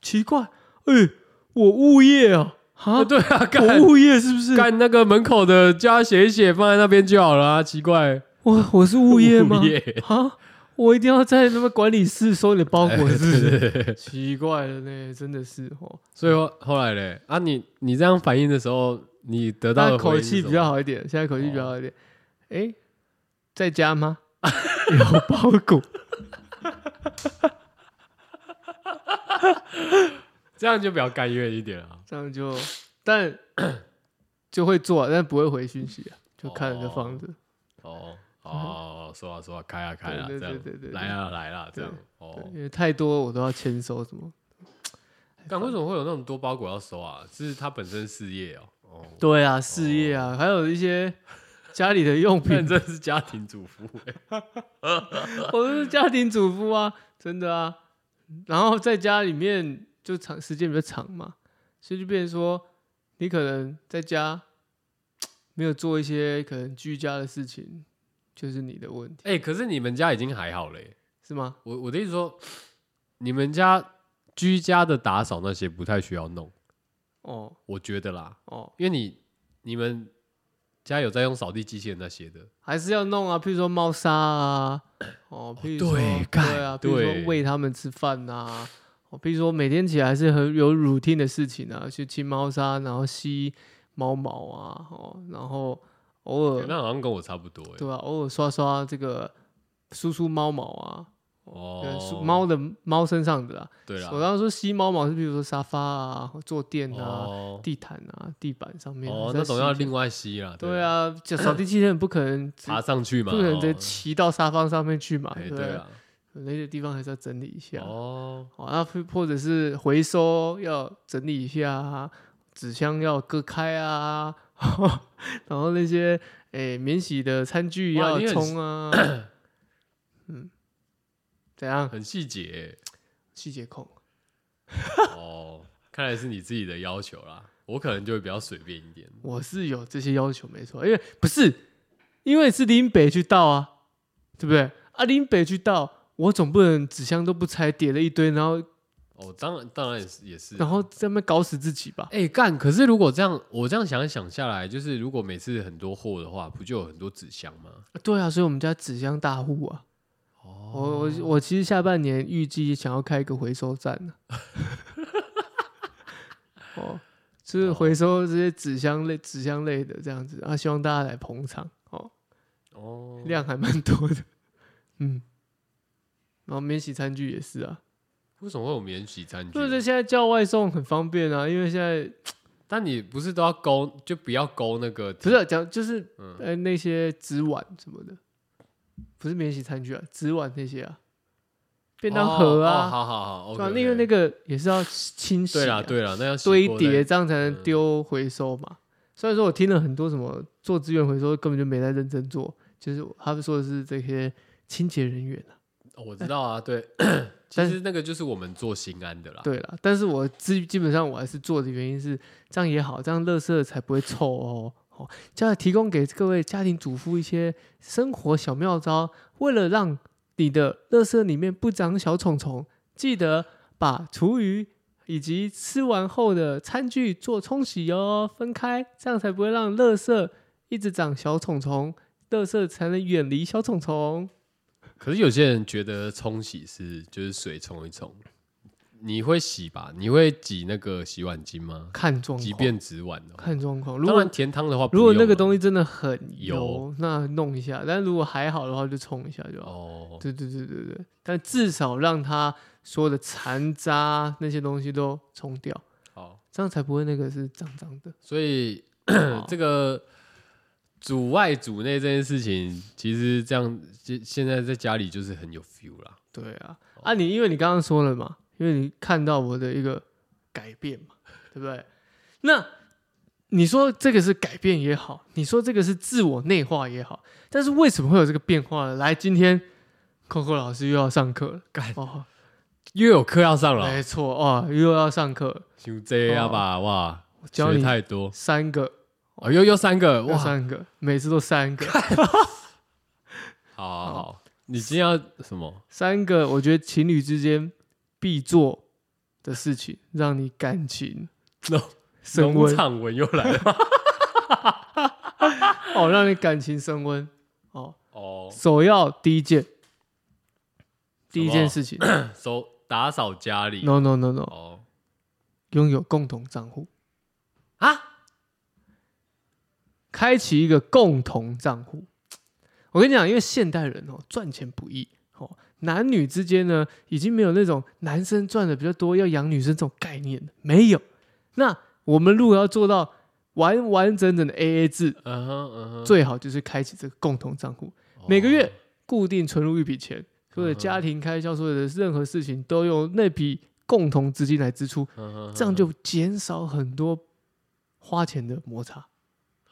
[SPEAKER 2] 奇怪，哎、我物业哦，啊
[SPEAKER 1] 啊，，对啊，干
[SPEAKER 2] 我物业是不是？
[SPEAKER 1] 干那个门口的家写一写，放在那边就好了、啊。奇怪，
[SPEAKER 2] 我我是物业吗
[SPEAKER 1] 物？业
[SPEAKER 2] 啊，我一定要在那个管理室收你的包裹，是不
[SPEAKER 1] 哎对
[SPEAKER 2] 是？
[SPEAKER 1] 对对对
[SPEAKER 2] 奇怪了呢，真的是哦。
[SPEAKER 1] 所以后后来嘞，啊你，你这样反应的时候，你得到
[SPEAKER 2] 那
[SPEAKER 1] 的
[SPEAKER 2] 口
[SPEAKER 1] 回应是
[SPEAKER 2] 气
[SPEAKER 1] 什
[SPEAKER 2] 比
[SPEAKER 1] 么
[SPEAKER 2] 较好一点，现在口气比较好一点。哎、在家 吗？有包裹，
[SPEAKER 1] 这样就比较甘愿一点啊。
[SPEAKER 2] 这样就，但 就会做、啊，但不会回讯息啊，就看着就
[SPEAKER 1] 哦
[SPEAKER 2] 放着。
[SPEAKER 1] 哦哦，说啊说啊，开啊开啊，
[SPEAKER 2] 嗯对
[SPEAKER 1] 这
[SPEAKER 2] 对对对
[SPEAKER 1] 样来
[SPEAKER 2] 对
[SPEAKER 1] 啊来啊，这样哦
[SPEAKER 2] 对，。因为太多我都要签收什么。
[SPEAKER 1] 但为什么会有那么多包裹要收啊？是他本身事业 哦。哦，
[SPEAKER 2] 对啊，事业啊，还有一些家里的用
[SPEAKER 1] 但
[SPEAKER 2] 品，
[SPEAKER 1] 真是家庭主妇欸
[SPEAKER 2] 我是家庭主妇啊，真的啊。然后在家里面就长时间比较长嘛，所以就变成说，你可能在家没有做一些可能居家的事情，就是你的问题，
[SPEAKER 1] 哎，可是你们家已经还好嘞。
[SPEAKER 2] 是吗？
[SPEAKER 1] 我我的意思说，你们家居家的打扫那些不太需要弄，
[SPEAKER 2] 哦
[SPEAKER 1] 我觉得啦，
[SPEAKER 2] 哦，
[SPEAKER 1] 因为你你们家有在用扫地机器人那些的，
[SPEAKER 2] 还是要弄啊，譬如说猫砂啊，哦，譬如说
[SPEAKER 1] 对
[SPEAKER 2] 对啊，
[SPEAKER 1] 干
[SPEAKER 2] 譬如说
[SPEAKER 1] 对
[SPEAKER 2] 喂它们吃饭呐、啊。哦，譬如说每天起来是很有 routine 的事情啊，去清猫砂，然后吸猫毛啊，哦，然后偶尔
[SPEAKER 1] 那好像跟我差不多哎。
[SPEAKER 2] 对啊，偶尔刷刷这个梳梳猫毛啊，呃梳
[SPEAKER 1] 哦，
[SPEAKER 2] 猫的猫身上的啦。
[SPEAKER 1] 对啦，
[SPEAKER 2] 我刚刚说吸猫毛是比如说沙发啊、或坐垫啊、
[SPEAKER 1] 哦
[SPEAKER 2] 地毯啊、地板上面啊。
[SPEAKER 1] 哦，
[SPEAKER 2] 再
[SPEAKER 1] 那种
[SPEAKER 2] 吸
[SPEAKER 1] 要
[SPEAKER 2] 一下
[SPEAKER 1] 另外吸啦。
[SPEAKER 2] 对，啊，就扫地机器人不可能直，
[SPEAKER 1] 爬上去嘛，
[SPEAKER 2] 不可能直接
[SPEAKER 1] 哦
[SPEAKER 2] 骑到沙发上面去嘛，
[SPEAKER 1] 哎，
[SPEAKER 2] 不
[SPEAKER 1] 对
[SPEAKER 2] 对？
[SPEAKER 1] 啊，
[SPEAKER 2] 那些地方还是要整理一下。
[SPEAKER 1] 哦，
[SPEAKER 2] 哦，啊，或或者是回收要整理一下啊，纸箱要割开啊， 然后那些诶、免洗的餐具
[SPEAKER 1] 哇
[SPEAKER 2] 要
[SPEAKER 1] 你很
[SPEAKER 2] 冲啊， 嗯，怎样？
[SPEAKER 1] 很细节
[SPEAKER 2] 细节控
[SPEAKER 1] 欸哦，看来是你自己的要求啦，我可能就会比较随便一点。
[SPEAKER 2] 我是有这些要求没错，因为不是因为是林北去倒啊，对不对？啊，林北去倒，我总不能纸箱都不拆，叠了一堆，然后
[SPEAKER 1] 哦，当然当然也是也是啊，
[SPEAKER 2] 然后在那边搞死自己吧？
[SPEAKER 1] 哎干，可是如果这样，我这样想一想下来，就是如果每次很多货的话，不就有很多纸箱吗？
[SPEAKER 2] 对啊，所以我们家纸箱大户啊。我
[SPEAKER 1] 哦，
[SPEAKER 2] 我我其实下半年预计想要开一个回收站呢。 哦，就是回收这些纸箱类、纸箱类的这样子啊，希望大家来捧场哦，
[SPEAKER 1] 哦，
[SPEAKER 2] 量还蛮多的，嗯。然后免洗餐具也是啊，
[SPEAKER 1] 为什么会有免洗餐具
[SPEAKER 2] 或？者现在叫外送很方便啊，因为现在
[SPEAKER 1] 但你不是都要勾，就不要勾那个，
[SPEAKER 2] 不是啊讲就是
[SPEAKER 1] 嗯
[SPEAKER 2] 呃那些纸碗什么的，不是免洗餐具啊，纸碗那些啊，便当
[SPEAKER 1] 哦哦
[SPEAKER 2] 盒啊，
[SPEAKER 1] 好好好
[SPEAKER 2] 对啊
[SPEAKER 1] ，OK，
[SPEAKER 2] 因为那个也是要清洗
[SPEAKER 1] 对
[SPEAKER 2] 啊
[SPEAKER 1] 啦，对啦，那要洗
[SPEAKER 2] 堆
[SPEAKER 1] 过再
[SPEAKER 2] 叠，这样才能
[SPEAKER 1] 嗯
[SPEAKER 2] 丢回收嘛。虽然说我听了很多什么做资源回收根本就没在认真做，就是他们说的是这些清洁人员啊，
[SPEAKER 1] 哦我知道啊，对， 其
[SPEAKER 2] 但
[SPEAKER 1] 实那个就是我们做心安的啦。
[SPEAKER 2] 对啦，但是我基基本上我还是做的原因是这样也好，这样垃圾才不会臭哦。哦，这样提供给各位家庭主妇一些生活小妙招，为了让你的垃圾里面不长小虫虫，记得把厨余以及吃完后的餐具做冲洗哦，分开，这样才不会让垃圾一直长小虫虫，垃圾才能远离小虫虫。
[SPEAKER 1] 可是有些人觉得冲洗是就是水冲一冲，你会洗吧？你会挤那个洗碗巾吗？
[SPEAKER 2] 看状
[SPEAKER 1] 即
[SPEAKER 2] 况，
[SPEAKER 1] 便纸碗的话，
[SPEAKER 2] 看状况。如
[SPEAKER 1] 当
[SPEAKER 2] 果
[SPEAKER 1] 然甜汤的话不
[SPEAKER 2] 如
[SPEAKER 1] 用啊，
[SPEAKER 2] 果那个东西真的很
[SPEAKER 1] 有
[SPEAKER 2] 油，那弄一下；但如果还好的话，就冲一下就好。
[SPEAKER 1] 哦，
[SPEAKER 2] 对对对对对，但至少让它所有的残渣那些东西都冲掉，
[SPEAKER 1] 好，
[SPEAKER 2] 这样才不会那个是脏脏的。
[SPEAKER 1] 所以
[SPEAKER 2] 好
[SPEAKER 1] 这个主外主内这件事情，其实这样现现在在家里就是很有 feel 啦。
[SPEAKER 2] 对啊，
[SPEAKER 1] 哦
[SPEAKER 2] 啊你因为你刚刚说了嘛，因为你看到我的一个改变嘛，对不对？那你说这个是改变也好，你说这个是自我内化也好，但是为什么会有这个变化呢？来，今天 Coco 老师又要上课了，干哦，
[SPEAKER 1] 又有课要上了，
[SPEAKER 2] 没错哦，又要上课了，
[SPEAKER 1] 就这样吧，哇，
[SPEAKER 2] 我哦教
[SPEAKER 1] 学
[SPEAKER 2] 你
[SPEAKER 1] 太多，
[SPEAKER 2] 三个，
[SPEAKER 1] 哦，又又三个，
[SPEAKER 2] 哇，
[SPEAKER 1] 哇，
[SPEAKER 2] 三个，每次都三个，
[SPEAKER 1] 好好好，你今天要什么？
[SPEAKER 2] 三个，我觉得情侣之间必做的事情，让你感情
[SPEAKER 1] No，
[SPEAKER 2] 升
[SPEAKER 1] 农
[SPEAKER 2] 温，
[SPEAKER 1] 场文又来 了，
[SPEAKER 2] 哦，让你感情升温，哦，
[SPEAKER 1] 哦，
[SPEAKER 2] 首要第一件，第一
[SPEAKER 1] 什么
[SPEAKER 2] 件事 情
[SPEAKER 1] 收打扫家里，
[SPEAKER 2] ，no no no no，
[SPEAKER 1] 哦
[SPEAKER 2] 拥有共同账户，
[SPEAKER 1] 啊，
[SPEAKER 2] 开启一个共同账户。我跟你讲，因为现代人哦，赚钱不易哦，男女之间呢，已经没有那种男生赚的比较多要养女生这种概念了，没有。那我们如果要做到完完整整的 AA 制，
[SPEAKER 1] 嗯哼嗯哼，
[SPEAKER 2] 最好就是开启这个共同账户，每个月
[SPEAKER 1] 哦
[SPEAKER 2] 固定存入一笔钱，所有的
[SPEAKER 1] 嗯哼
[SPEAKER 2] 家庭开销、所有的任何事情都用那笔共同资金来支出，
[SPEAKER 1] 嗯哼
[SPEAKER 2] 这样就减少很多花钱的摩擦。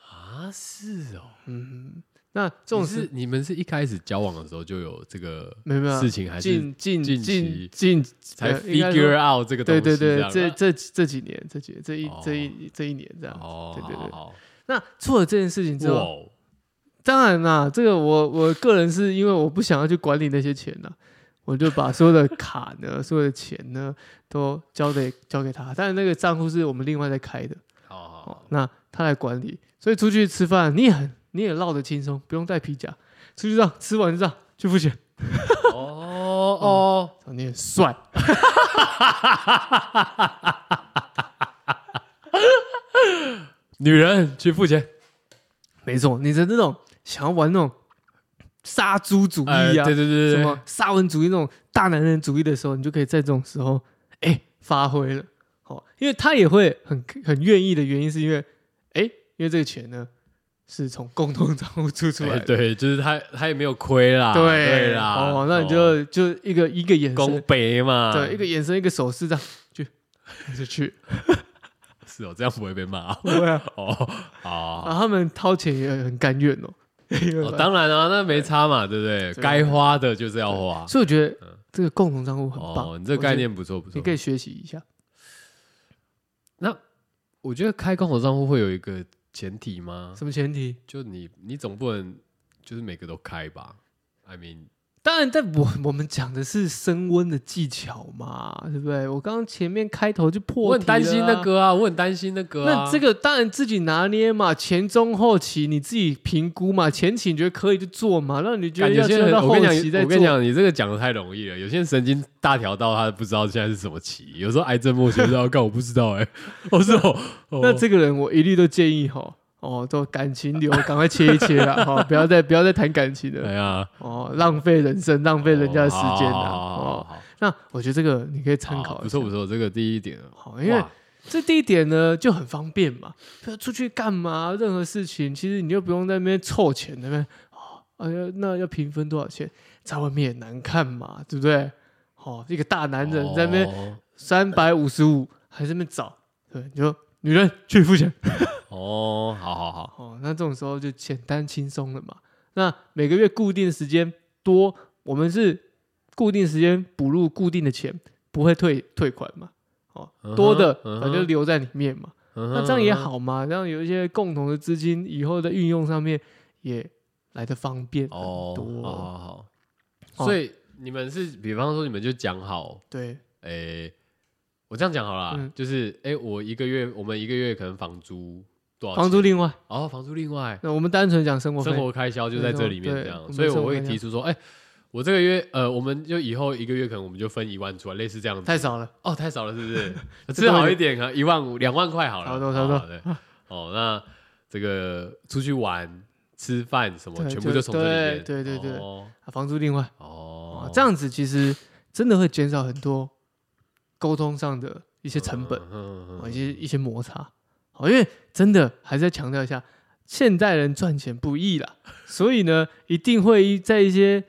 [SPEAKER 1] 啊是哦，
[SPEAKER 2] 嗯，那这种
[SPEAKER 1] 你
[SPEAKER 2] 事
[SPEAKER 1] 是你们是一开始交往的时候就有这个
[SPEAKER 2] 没有没有
[SPEAKER 1] 事情，还是
[SPEAKER 2] 近近
[SPEAKER 1] 近
[SPEAKER 2] 近
[SPEAKER 1] 期
[SPEAKER 2] 近
[SPEAKER 1] 才
[SPEAKER 2] 呃应该说
[SPEAKER 1] figure out 这个东
[SPEAKER 2] 对
[SPEAKER 1] 西？
[SPEAKER 2] 对
[SPEAKER 1] 这
[SPEAKER 2] 对，这
[SPEAKER 1] 样啊
[SPEAKER 2] 这这几年，这几年这一、
[SPEAKER 1] 哦
[SPEAKER 2] 这一这一年这样子。
[SPEAKER 1] 哦，
[SPEAKER 2] 对对对
[SPEAKER 1] 好，
[SPEAKER 2] 那做了这件事情之
[SPEAKER 1] 好
[SPEAKER 2] 后，
[SPEAKER 1] 好哇，
[SPEAKER 2] 当然啦，这个我我个人是因为我不想要去管理那些钱啦，我就把所有的卡呢、所有的钱呢都 交给交给他，但是那个账户是我们另外在开的，
[SPEAKER 1] 好好
[SPEAKER 2] 哦
[SPEAKER 1] 好，，
[SPEAKER 2] 那他来管理，所以出去吃饭你也很你也唠得轻松，不用带皮夹，出去这样吃完就这样去付钱，
[SPEAKER 1] 哦 哦，
[SPEAKER 2] 你很帅。
[SPEAKER 1] 女人去付钱，
[SPEAKER 2] 没错，你的那种想要玩那种杀猪主义
[SPEAKER 1] 哎，
[SPEAKER 2] 啊，
[SPEAKER 1] 对对对
[SPEAKER 2] 什
[SPEAKER 1] 对，
[SPEAKER 2] 么沙文主义那种大男人主义的时候，你就可以在这种时候哎、发挥了，哦，因为他也会很很愿意的原因是因为哎、因为这个钱呢是从共同账户出出来
[SPEAKER 1] 哎
[SPEAKER 2] 的，
[SPEAKER 1] 对，就是他他也没有亏啦，
[SPEAKER 2] 对
[SPEAKER 1] 对啦，
[SPEAKER 2] 哦，那你就就一个一个眼
[SPEAKER 1] 公啊
[SPEAKER 2] 神，
[SPEAKER 1] 杯嘛，
[SPEAKER 2] 对，一个眼神一个手势这样去就去，
[SPEAKER 1] 是哦，这样不会被骂哦
[SPEAKER 2] 对啊，
[SPEAKER 1] 哦，好
[SPEAKER 2] 啊，他们掏钱也很甘愿哦，
[SPEAKER 1] 哦，当然啊，那没差嘛，对不对？
[SPEAKER 2] 对
[SPEAKER 1] 该花的就是要花。
[SPEAKER 2] 所以我觉得
[SPEAKER 1] 嗯
[SPEAKER 2] 这个共同账户很棒，
[SPEAKER 1] 哦，你这
[SPEAKER 2] 我
[SPEAKER 1] 个概
[SPEAKER 2] 觉得
[SPEAKER 1] 念不错不错
[SPEAKER 2] 你可。以学习一下。
[SPEAKER 1] 我觉得开共同账户会有一个前提吗？
[SPEAKER 2] 什么前提？
[SPEAKER 1] 就你你总不能就是每个都开吧？I mean，
[SPEAKER 2] 当然，但我 我们讲的是升温的技巧嘛，对不对？我刚刚前面开头就破、
[SPEAKER 1] 我很担心那、个啊，我很担心那个啊。
[SPEAKER 2] 那这个当然自己拿捏嘛，前中后期你自己评估嘛，前期你觉得可以就做嘛，那 你觉
[SPEAKER 1] 干
[SPEAKER 2] 得
[SPEAKER 1] 有
[SPEAKER 2] 要
[SPEAKER 1] 些
[SPEAKER 2] 做
[SPEAKER 1] 人，
[SPEAKER 2] 到
[SPEAKER 1] 我
[SPEAKER 2] 后
[SPEAKER 1] 跟你
[SPEAKER 2] 期
[SPEAKER 1] 讲，
[SPEAKER 2] 再
[SPEAKER 1] 我跟你
[SPEAKER 2] 做。
[SPEAKER 1] 讲，你这个讲的太容易了。有些人神经大条到他不知道现在是什么期，有时候癌症末期知道，干 我不知道哎、我是哦，哦
[SPEAKER 2] 那这个人我一律都建议哈，哦，都感情 流，赶快切一切啦，哦哈，不要再不要再谈感情
[SPEAKER 1] 哎
[SPEAKER 2] 了，
[SPEAKER 1] 呀，
[SPEAKER 2] 哦，浪费人生，浪费人家的时间
[SPEAKER 1] 哦好好
[SPEAKER 2] 啦，
[SPEAKER 1] 好
[SPEAKER 2] 哦，
[SPEAKER 1] 好好
[SPEAKER 2] 那我觉得这个你可以参
[SPEAKER 1] 好
[SPEAKER 2] 考，
[SPEAKER 1] 不错不，错，这个第一点啊，
[SPEAKER 2] 好， 因为
[SPEAKER 1] 哇
[SPEAKER 2] 这地点呢就很方便嘛，就
[SPEAKER 1] 啊
[SPEAKER 2] 出去干嘛，任何事情其实你就不用在那边凑钱，那边哦，哎呀，那要平分多少钱，在外面也难看嘛，对不对？哦，一个大男人在那边
[SPEAKER 1] 哦
[SPEAKER 2] 三百五十五还在那边找，对，你就女人去 付钱。
[SPEAKER 1] 哦，好好好，
[SPEAKER 2] 哦，那这种时候就简单轻松了嘛。那每个月固定时间多，我们是固定时间补入固定的钱，不会退退款嘛。哦，多的
[SPEAKER 1] 嗯哼嗯哼嗯
[SPEAKER 2] 反正就留在里面嘛。那
[SPEAKER 1] 那
[SPEAKER 2] 这样也。好嘛，这样有一些共同的资金以后的运用上面也来的方便很
[SPEAKER 1] 哦，
[SPEAKER 2] 多。
[SPEAKER 1] 好好好，
[SPEAKER 2] 哦
[SPEAKER 1] 所以你们是，比方说你们就讲好，
[SPEAKER 2] 对，
[SPEAKER 1] 诶，我这样讲好了
[SPEAKER 2] 嗯，
[SPEAKER 1] 就是诶，我一个月，我们一个月可能房租多少钱？
[SPEAKER 2] 房租另外，
[SPEAKER 1] 哦，房租另外，
[SPEAKER 2] 那我们单纯讲生活费
[SPEAKER 1] 生。活开销就在这里面
[SPEAKER 2] 对
[SPEAKER 1] 这
[SPEAKER 2] 我
[SPEAKER 1] 样，
[SPEAKER 2] 们
[SPEAKER 1] 所以
[SPEAKER 2] 生
[SPEAKER 1] 我
[SPEAKER 2] 活
[SPEAKER 1] 会
[SPEAKER 2] 开销
[SPEAKER 1] 提出说，哎，我这个月，呃，我们就以后一个月可能我们就分一万出来，类似这样子。
[SPEAKER 2] 太少了，
[SPEAKER 1] 哦，太少了，是不是？
[SPEAKER 2] 这
[SPEAKER 1] 至
[SPEAKER 2] 都
[SPEAKER 1] 好
[SPEAKER 2] 有
[SPEAKER 1] 一点，可能一万五、两万块好了。
[SPEAKER 2] 差不多差不多
[SPEAKER 1] 好对，哦，那这个出去玩、吃饭什么，
[SPEAKER 2] 对
[SPEAKER 1] 全部就从这里面。
[SPEAKER 2] 对对对对
[SPEAKER 1] 哦，
[SPEAKER 2] 啊房租另外，
[SPEAKER 1] 哦
[SPEAKER 2] 啊，这样子其实真的会减少很多沟通上的一些成本。
[SPEAKER 1] 嗯
[SPEAKER 2] 哦，一些一些摩擦。哦，因为真的还是要强调一下，现代人赚钱不易啦，所以呢，一定会在一些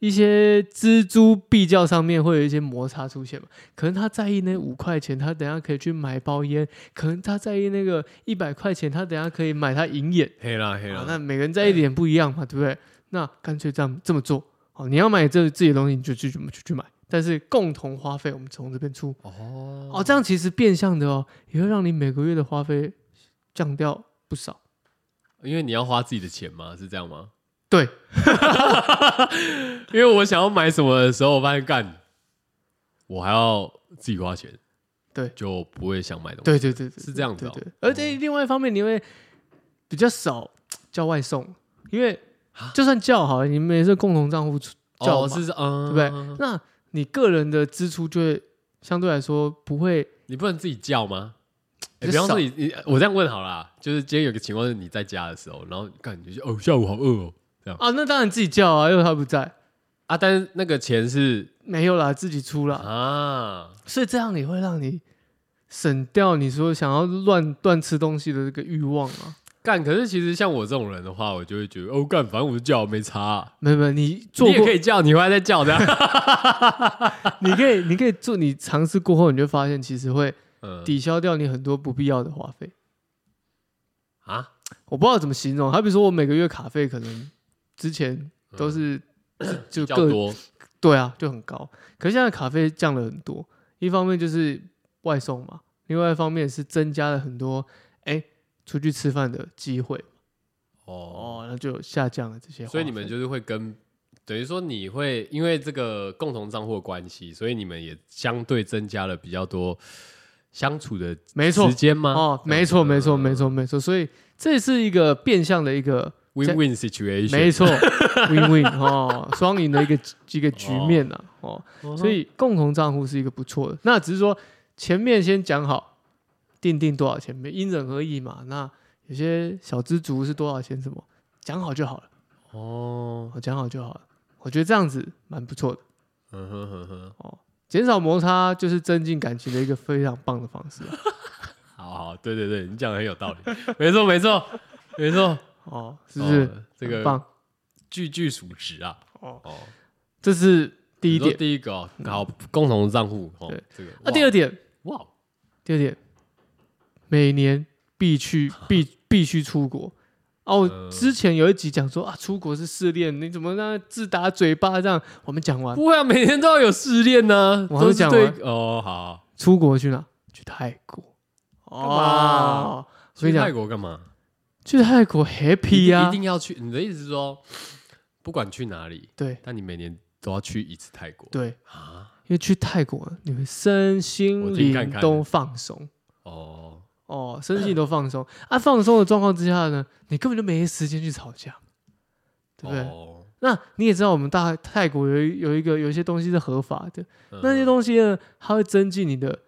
[SPEAKER 2] 一些锱铢必较上面会有一些摩擦出现嘛。可能他在意那五块钱，他等一下可以去买包烟；可能他在意那个一百块钱，他等一下可以买他银眼。
[SPEAKER 1] 黑啦黑
[SPEAKER 2] 啊
[SPEAKER 1] 啦，，
[SPEAKER 2] 那每个人在意的点不一样嘛，对不对？那干脆这样这么做。哦，你要买这自己的东西，你就去去去买，但是共同花费我们从这边出。
[SPEAKER 1] 哦
[SPEAKER 2] 哦，这样其实变相的哦，也会让你每个月的花费降掉不少。
[SPEAKER 1] 因为你要花自己的钱嘛，是这样吗？
[SPEAKER 2] 对，
[SPEAKER 1] 因为我想要买什么的时候，我发现干，我还要自己花钱，
[SPEAKER 2] 对
[SPEAKER 1] 就不会想买东西。
[SPEAKER 2] 对对对对，
[SPEAKER 1] 是这样子
[SPEAKER 2] 对
[SPEAKER 1] 哦
[SPEAKER 2] 对。而且另外一方面，你会比较少叫外送，因为就算叫好了，你们也是共同账户出叫
[SPEAKER 1] 啊哦，
[SPEAKER 2] 嘛
[SPEAKER 1] 是是嗯，
[SPEAKER 2] 对不对？那你个人的支出就会相对来说不会
[SPEAKER 1] 你不能自己叫吗？
[SPEAKER 2] 比
[SPEAKER 1] 欸、
[SPEAKER 2] 较
[SPEAKER 1] 比方说你你我这样问好啦，就是今天有个情况是你在家的时候，然后感觉就哦下午好饿哦
[SPEAKER 2] 啊。那当然自己叫啊，因为他不在，
[SPEAKER 1] 啊，但是那个钱是
[SPEAKER 2] 没有啦，自己出啦。
[SPEAKER 1] 啊，
[SPEAKER 2] 所以这样也会让你省掉你说想要乱乱吃东西的这个欲望啊。
[SPEAKER 1] 干。可是其实像我这种人的话，我就会觉得哦干，反正我就叫没差啊、
[SPEAKER 2] 没有没有，你做
[SPEAKER 1] 你也
[SPEAKER 2] 过
[SPEAKER 1] 可以叫，你回来再叫的。
[SPEAKER 2] 你可以，你可以做，你尝试过后，你就发现其实会
[SPEAKER 1] 嗯
[SPEAKER 2] 抵消掉你很多不必要的花费。
[SPEAKER 1] 啊，
[SPEAKER 2] 我不知道怎么形容，好比说我每个月卡费可能之前都是就
[SPEAKER 1] 叫
[SPEAKER 2] 各
[SPEAKER 1] 多
[SPEAKER 2] 对啊就很高，可是现在卡费降了很多。一方面就是外送嘛，另外一方面是增加了很多哎、出去吃饭的机会
[SPEAKER 1] 哦，
[SPEAKER 2] 哦，那哦就有下降了这些花费。
[SPEAKER 1] 所以你们就是会跟。等于说你会因为这个共同账户的关系，所以你们也相对增加了比较多相处的
[SPEAKER 2] 没错
[SPEAKER 1] 时间吗？
[SPEAKER 2] 哦，没错没错没
[SPEAKER 1] 错
[SPEAKER 2] 错没错，所以这是一个变相的一个
[SPEAKER 1] 呃，win-win situation。
[SPEAKER 2] 没 错，win win 哦，双赢的一个一个局面呐、哦，所以共同账户是一个不错的。那只是说前面先讲好，定定多少钱，每因人而异嘛。那有些小资族是多少钱，什么讲好就好了，
[SPEAKER 1] 哦，
[SPEAKER 2] 哦，讲好就好了。我觉得这样子蛮不错的，
[SPEAKER 1] 嗯哼哼哼，
[SPEAKER 2] 减少摩擦就是增进感情的一个非常棒的方式啊、
[SPEAKER 1] 好好，对对对，你讲的很有道理，没错没错没错，
[SPEAKER 2] 哦， 是不是？
[SPEAKER 1] 哦这
[SPEAKER 2] 很
[SPEAKER 1] 个
[SPEAKER 2] 棒
[SPEAKER 1] 句句属实啊？
[SPEAKER 2] 哦，
[SPEAKER 1] 哦，
[SPEAKER 2] 这是第
[SPEAKER 1] 你
[SPEAKER 2] 一
[SPEAKER 1] 说
[SPEAKER 2] 点。
[SPEAKER 1] 第一个哦，好，共同账户哦
[SPEAKER 2] 对，
[SPEAKER 1] 这个。
[SPEAKER 2] 那第二点，
[SPEAKER 1] 哇，哦哇
[SPEAKER 2] 第二点，每年必去必必须出国。啊，
[SPEAKER 1] 嗯
[SPEAKER 2] 我之前有一集讲说啊，出国是试炼，你怎么让它自打嘴巴这样？我们讲 完，
[SPEAKER 1] 不会啊，每天都要有试炼呢，
[SPEAKER 2] 我还没
[SPEAKER 1] 都是
[SPEAKER 2] 讲
[SPEAKER 1] 对
[SPEAKER 2] 完
[SPEAKER 1] 哦，好，
[SPEAKER 2] 出国去哪？去泰国。
[SPEAKER 1] 嘛
[SPEAKER 2] 哦，我跟
[SPEAKER 1] 去
[SPEAKER 2] 你
[SPEAKER 1] 泰
[SPEAKER 2] 讲，啊
[SPEAKER 1] 国干嘛？
[SPEAKER 2] 去泰国 happy
[SPEAKER 1] 一
[SPEAKER 2] 呀、
[SPEAKER 1] 定一定要去。你的意思是说，不管去哪里，
[SPEAKER 2] 对
[SPEAKER 1] 但你每年都要去一次泰国
[SPEAKER 2] 对，
[SPEAKER 1] 啊？
[SPEAKER 2] 因为去泰国你会身
[SPEAKER 1] 我
[SPEAKER 2] 心
[SPEAKER 1] 听看
[SPEAKER 2] 灵
[SPEAKER 1] 看
[SPEAKER 2] 都放松
[SPEAKER 1] 哦，
[SPEAKER 2] 哦，身心灵都放松啊，放松的状况之下呢，你根本就没时间去吵架，对不对？
[SPEAKER 1] 哦
[SPEAKER 2] 那你也知道，我们大泰国有一有一个有一些东西是合法的，
[SPEAKER 1] 嗯
[SPEAKER 2] 那些东西呢，它会增进你的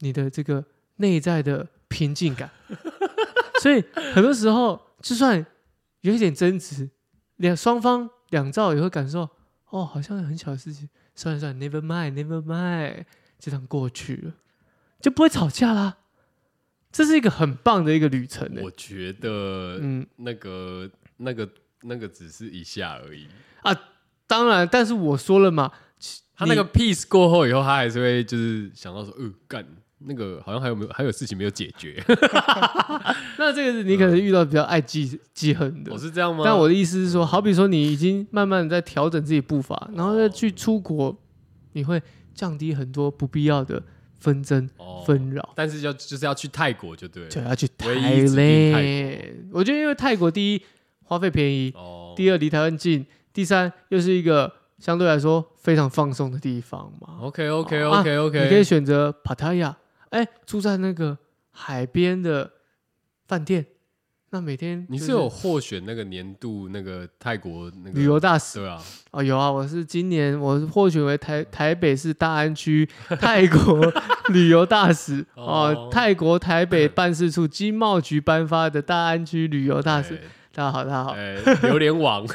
[SPEAKER 2] 你的这个内在的平 静感。所以很多时候，就算有一点争执，两双方两造也会感受，哦，好像很小的事情，算了算了，never mind，never mind，就这样过去了，就不会吵架啦。这是一个很棒的一个旅程呢、
[SPEAKER 1] 我觉得
[SPEAKER 2] 嗯，
[SPEAKER 1] 那个、那个、那个只是一下而已。
[SPEAKER 2] 当然，但是我说了嘛，
[SPEAKER 1] 他那
[SPEAKER 2] 你
[SPEAKER 1] 个 peace 过后以后，他还是会就是想到说，呃，干，那个好像还有没有还有事情没有解决？
[SPEAKER 2] 那这个是你可能遇到比较爱记记恨 的
[SPEAKER 1] 嗯我。是这样吗？
[SPEAKER 2] 但我的意思是说，好比说你已经慢慢地在调整自己步伐，然后再去出国，你会降低很多不必要的纷争
[SPEAKER 1] 哦
[SPEAKER 2] 纷扰。
[SPEAKER 1] 但是要就是要去泰国就对
[SPEAKER 2] 就
[SPEAKER 1] 了。
[SPEAKER 2] 要去
[SPEAKER 1] 唯
[SPEAKER 2] 泰
[SPEAKER 1] 一指定泰
[SPEAKER 2] 嘞。我觉得因为泰国第一花费便宜，
[SPEAKER 1] 哦，
[SPEAKER 2] 第二离台湾近，第三又是一个相对来说非常放松的地方嘛。
[SPEAKER 1] OK OK OK
[SPEAKER 2] 啊你可以
[SPEAKER 1] OK，
[SPEAKER 2] 选择帕塔亚，哎，住在那个海边的饭店，那每天
[SPEAKER 1] 你
[SPEAKER 2] 就是
[SPEAKER 1] 有获选那个年度那个泰国那个
[SPEAKER 2] 旅游大使
[SPEAKER 1] 对啊，
[SPEAKER 2] 哦，有啊，我是今年我获选为台台北市大安区泰国旅游大使 哦，
[SPEAKER 1] 哦
[SPEAKER 2] 泰国台北办事处经贸局颁发的大安区旅游大使。大家好，大家好，
[SPEAKER 1] 哎，哎榴莲王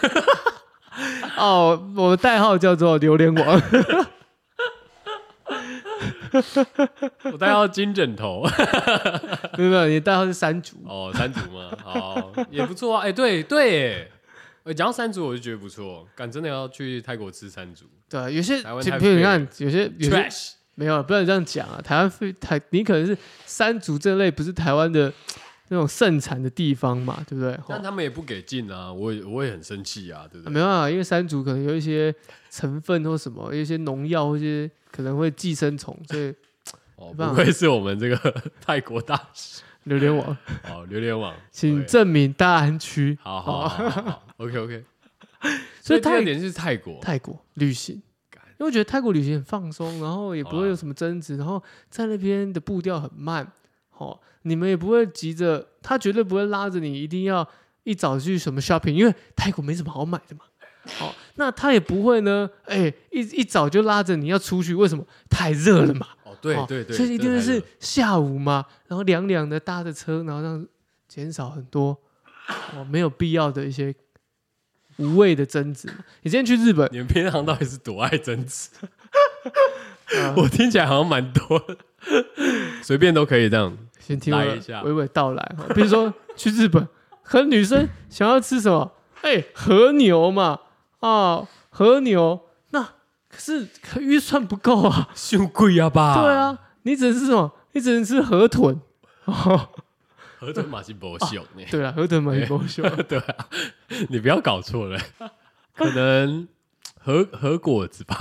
[SPEAKER 2] 哦，我的代号叫做榴 莲王，
[SPEAKER 1] 我带到金枕头
[SPEAKER 2] 没有没有，你的代号是山竹。
[SPEAKER 1] 哦，山竹嘛，好也不错啊，哎，对对，哎，讲到山竹我就觉得不错，敢真的要去泰国吃山竹
[SPEAKER 2] 对啊，有些
[SPEAKER 1] 台湾
[SPEAKER 2] 就
[SPEAKER 1] 太
[SPEAKER 2] 比如你
[SPEAKER 1] 废
[SPEAKER 2] 看，有些有些
[SPEAKER 1] ，trash
[SPEAKER 2] 没有，不能这样讲啊。台湾非台，你可能是山竹这类不是台湾的那种盛产的地方嘛，对不对？
[SPEAKER 1] 但他们也不给进啊，我也我也很生气啊，对不
[SPEAKER 2] 啊
[SPEAKER 1] 对？
[SPEAKER 2] 没办法，因为山竹可能有一些成分或什么，有一些农药或一些可能会寄生虫，所以
[SPEAKER 1] 哦，
[SPEAKER 2] 没办
[SPEAKER 1] 不
[SPEAKER 2] 法
[SPEAKER 1] 愧是我们这个 泰国大使
[SPEAKER 2] 榴莲王，
[SPEAKER 1] 哦，榴莲王，
[SPEAKER 2] 请
[SPEAKER 1] 对
[SPEAKER 2] 证明大安区。
[SPEAKER 1] 好好好好好，OK OK， 所
[SPEAKER 2] 所以
[SPEAKER 1] 以第二
[SPEAKER 2] 泰
[SPEAKER 1] 点是泰国，
[SPEAKER 2] 泰国旅行
[SPEAKER 1] 干，
[SPEAKER 2] 因为我觉得泰国旅行很放松，然后也不
[SPEAKER 1] 好
[SPEAKER 2] 会
[SPEAKER 1] 啦
[SPEAKER 2] 有什么争执，然后在那边的步调很慢，哦，你们也不会急着，他绝对不会拉着你一定要一早去什么 shopping，因为泰国没什么好买的嘛。哦，那他也不会呢，哎、一一早就拉着你要出去，为什么？太热了嘛。
[SPEAKER 1] 哦，对
[SPEAKER 2] 哦
[SPEAKER 1] 对对，
[SPEAKER 2] 所以一
[SPEAKER 1] 真
[SPEAKER 2] 定
[SPEAKER 1] 的太
[SPEAKER 2] 是
[SPEAKER 1] 热了
[SPEAKER 2] 下午嘛，然后凉凉的搭着车，然后让减少很多哦没有必要的一些无谓的争执嘛。你今天去日本，
[SPEAKER 1] 你们平常到底是多爱争 执？
[SPEAKER 2] 呃
[SPEAKER 1] 我听起来好像蛮多的，随便都可以这样。
[SPEAKER 2] 先听我
[SPEAKER 1] 来一下
[SPEAKER 2] 娓娓道来哈。比如说去日本，和女生想要吃什么？哎，和牛嘛，啊，和牛，那可是可预算不够啊。
[SPEAKER 1] 凶贵啊吧？
[SPEAKER 2] 对，啊，你只能吃什么？你只能吃河豚。哦，
[SPEAKER 1] 合成马西伯秀呢？
[SPEAKER 2] 对了，河豚蛮优秀 的。
[SPEAKER 1] 对啊，你不要搞错了，可能和和果子吧，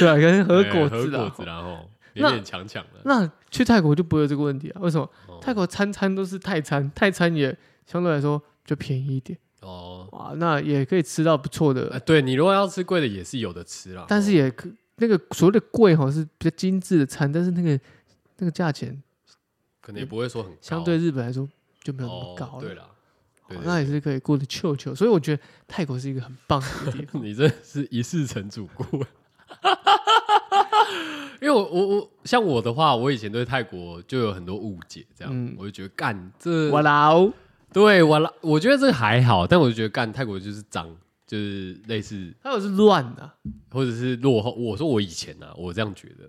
[SPEAKER 2] 对啊，跟和果
[SPEAKER 1] 对
[SPEAKER 2] 子
[SPEAKER 1] 哎
[SPEAKER 2] 啊
[SPEAKER 1] 和果
[SPEAKER 2] 啦。
[SPEAKER 1] 子然后
[SPEAKER 2] 那
[SPEAKER 1] 勉勉强强的。
[SPEAKER 2] 那去泰国就不会有这个问题啊？为什么？
[SPEAKER 1] 哦
[SPEAKER 2] 泰国餐餐都是泰餐，泰餐也相对来说就便宜一点
[SPEAKER 1] 哦，
[SPEAKER 2] 哇，那也可以吃到不错的
[SPEAKER 1] 哎，对你如果要吃贵的也是有的吃啦，
[SPEAKER 2] 但是也可那个所谓的贵哈是比较精致的餐，但是那个那个价钱
[SPEAKER 1] 可能也不会说很高
[SPEAKER 2] 相对日本来说就没有那
[SPEAKER 1] 哦
[SPEAKER 2] 么高
[SPEAKER 1] 对
[SPEAKER 2] 了，
[SPEAKER 1] 啦，
[SPEAKER 2] 好
[SPEAKER 1] 对
[SPEAKER 2] 那
[SPEAKER 1] 对
[SPEAKER 2] 也是可以过得秀秀。所以我觉得泰国是一个很棒的一个地方。
[SPEAKER 1] 对 你真的是一世成主顾。 因为我我我像我的话，我以前对泰国就有很多误解，这样、
[SPEAKER 2] 嗯
[SPEAKER 1] 我就觉得干 这
[SPEAKER 2] 哇啦哦，
[SPEAKER 1] 对我啦，我觉得这还好，但我就觉得干泰国就是脏，就是类似
[SPEAKER 2] 泰国是乱的、
[SPEAKER 1] 或者是落后。我说我以前啊，我这样觉得，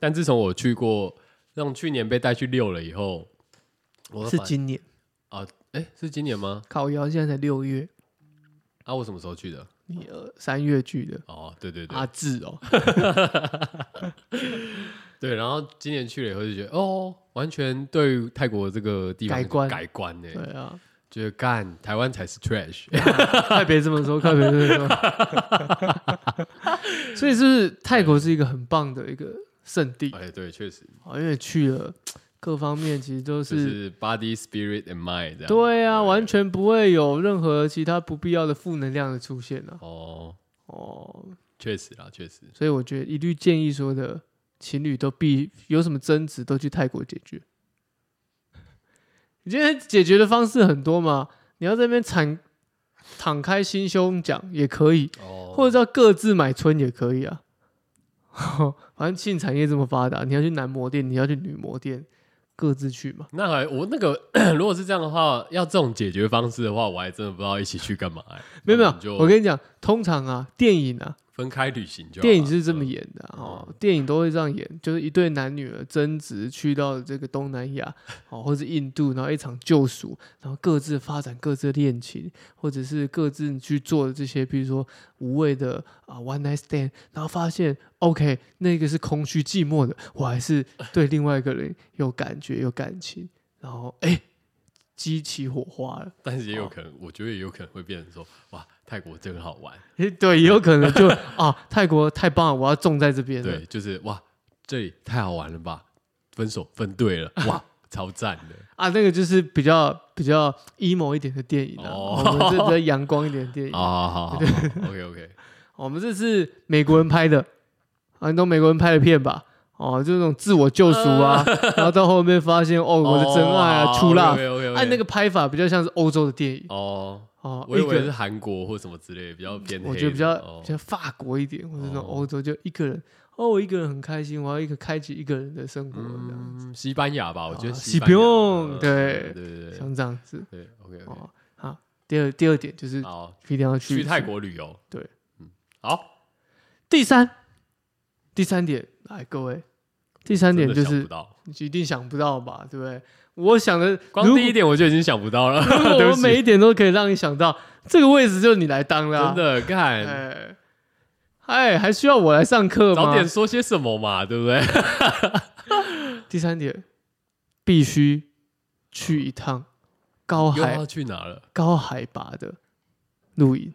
[SPEAKER 1] 但自从我去过，让去年被带去遛了以后，我
[SPEAKER 2] 是
[SPEAKER 1] 发现
[SPEAKER 2] 今年
[SPEAKER 1] 啊，哎、是今年吗？
[SPEAKER 2] 烤窑现在才六月，
[SPEAKER 1] 啊，我什么时候去的？
[SPEAKER 2] 你呃三月去的
[SPEAKER 1] 哦，对对对，
[SPEAKER 2] 阿志哦，
[SPEAKER 1] 对，然后今年去了以后就觉得，哦，完全对于泰国这个地方
[SPEAKER 2] 改观
[SPEAKER 1] 改观呢、
[SPEAKER 2] 对啊，
[SPEAKER 1] 觉得干台湾才是 trash，
[SPEAKER 2] 快别这么 说，快别这么说。所以是不是泰国是一个很棒的一个圣地
[SPEAKER 1] 哎、对，确实
[SPEAKER 2] 啊？因为去了各方面其实都
[SPEAKER 1] 就是是 body spirit and mind 这样，
[SPEAKER 2] 对啊，完全不会有任何其他不必要的负能量的出现啊。
[SPEAKER 1] 哦，
[SPEAKER 2] 哦，
[SPEAKER 1] 确实啦，确实。
[SPEAKER 2] 所以我觉得一律建议说的情侣都必有什么争执都去泰国解决。你今天解决的方式很多嘛，你要在那边敞敞开心胸讲也可以，
[SPEAKER 1] 哦，
[SPEAKER 2] 或者叫各自买春也可以啊。 反正性产业这么发达，你要去男模店，你要去女模店，各自去嘛。
[SPEAKER 1] 那还我那个 如果是这样的话，要这种解决方式的话，我还真的不知道一起去干嘛、欸。
[SPEAKER 2] 没有没
[SPEAKER 1] 那我们就
[SPEAKER 2] 有，我跟你讲，通常啊，电影啊，
[SPEAKER 1] 分开旅行就好了
[SPEAKER 2] 电影是这么
[SPEAKER 1] 嗯
[SPEAKER 2] 演的哦，电影都会这样演，就是一对男女儿争执去到这个东南 亚哦，或是印度，然后一场救赎，然后各自发展各自的恋情，或者是各自去做这些，比如说无谓的啊 one night stand，然后发现 OK 那个是空虚寂寞的，我还是对另外一个人有感觉有感情，然后哎激起火花了，
[SPEAKER 1] 但是也有
[SPEAKER 2] 哦
[SPEAKER 1] 可能，我觉得也有可能会变成说，哇，泰国真好玩，
[SPEAKER 2] 诶对，也有可能就啊泰国太棒了，我要种在这边了
[SPEAKER 1] 对，，就是哇，这里太好玩了吧，分手分对 了，哇，超赞的，
[SPEAKER 2] 啊，那个就是比较比较 emo 一点的电影啊，
[SPEAKER 1] 哦
[SPEAKER 2] 我们这比较阳光一点的电 影。
[SPEAKER 1] 啊，好好 好，OK OK，
[SPEAKER 2] 我们这是美国人拍的，啊，你懂美国人拍的片吧？哦，就那种自我救赎啊，
[SPEAKER 1] 呃
[SPEAKER 2] 然后到后面发现哦，我的真爱啊，出
[SPEAKER 1] 啦
[SPEAKER 2] 辣，
[SPEAKER 1] ，OK
[SPEAKER 2] 按那个拍法比较像是欧洲的电影
[SPEAKER 1] 哦，
[SPEAKER 2] 哦，
[SPEAKER 1] 我
[SPEAKER 2] 一
[SPEAKER 1] 以为是
[SPEAKER 2] 个
[SPEAKER 1] 韩国或什么之类，比较偏黑的，
[SPEAKER 2] 我觉得比较
[SPEAKER 1] 哦
[SPEAKER 2] 比较法国一点，或者那种
[SPEAKER 1] 哦
[SPEAKER 2] 欧洲就一个人，哦，我一个人很开心，我要一个开启一个人的生活，这样
[SPEAKER 1] 嗯，西班牙吧，我觉得
[SPEAKER 2] 啊
[SPEAKER 1] 西
[SPEAKER 2] 西
[SPEAKER 1] 班牙
[SPEAKER 2] 比翁
[SPEAKER 1] 嗯
[SPEAKER 2] 对
[SPEAKER 1] 对对
[SPEAKER 2] 像这样子
[SPEAKER 1] 对，OK OK，
[SPEAKER 2] 哦。好，第二第二点就是
[SPEAKER 1] 好，
[SPEAKER 2] 一定要
[SPEAKER 1] 去泰国旅游，
[SPEAKER 2] 哦对，
[SPEAKER 1] 嗯，好，
[SPEAKER 2] 第三，第三点，来各位，第三点就
[SPEAKER 1] 真的想
[SPEAKER 2] 是
[SPEAKER 1] 不到，
[SPEAKER 2] 你一定想不到吧，对不对？我想的，
[SPEAKER 1] 光
[SPEAKER 2] 如
[SPEAKER 1] 第一点我就已经想不到了，
[SPEAKER 2] 如果
[SPEAKER 1] 对
[SPEAKER 2] 我
[SPEAKER 1] 不起
[SPEAKER 2] 每一点都可以让你想到，这个位置就是你来当啦、
[SPEAKER 1] 真的看。
[SPEAKER 2] 啊哎，哎，还需要我来上课
[SPEAKER 1] 早
[SPEAKER 2] 吗？
[SPEAKER 1] 点说些什么嘛，对不对？
[SPEAKER 2] 第三点，必须去一趟高
[SPEAKER 1] 又
[SPEAKER 2] 海
[SPEAKER 1] 要去哪了？
[SPEAKER 2] 高海拔的露营。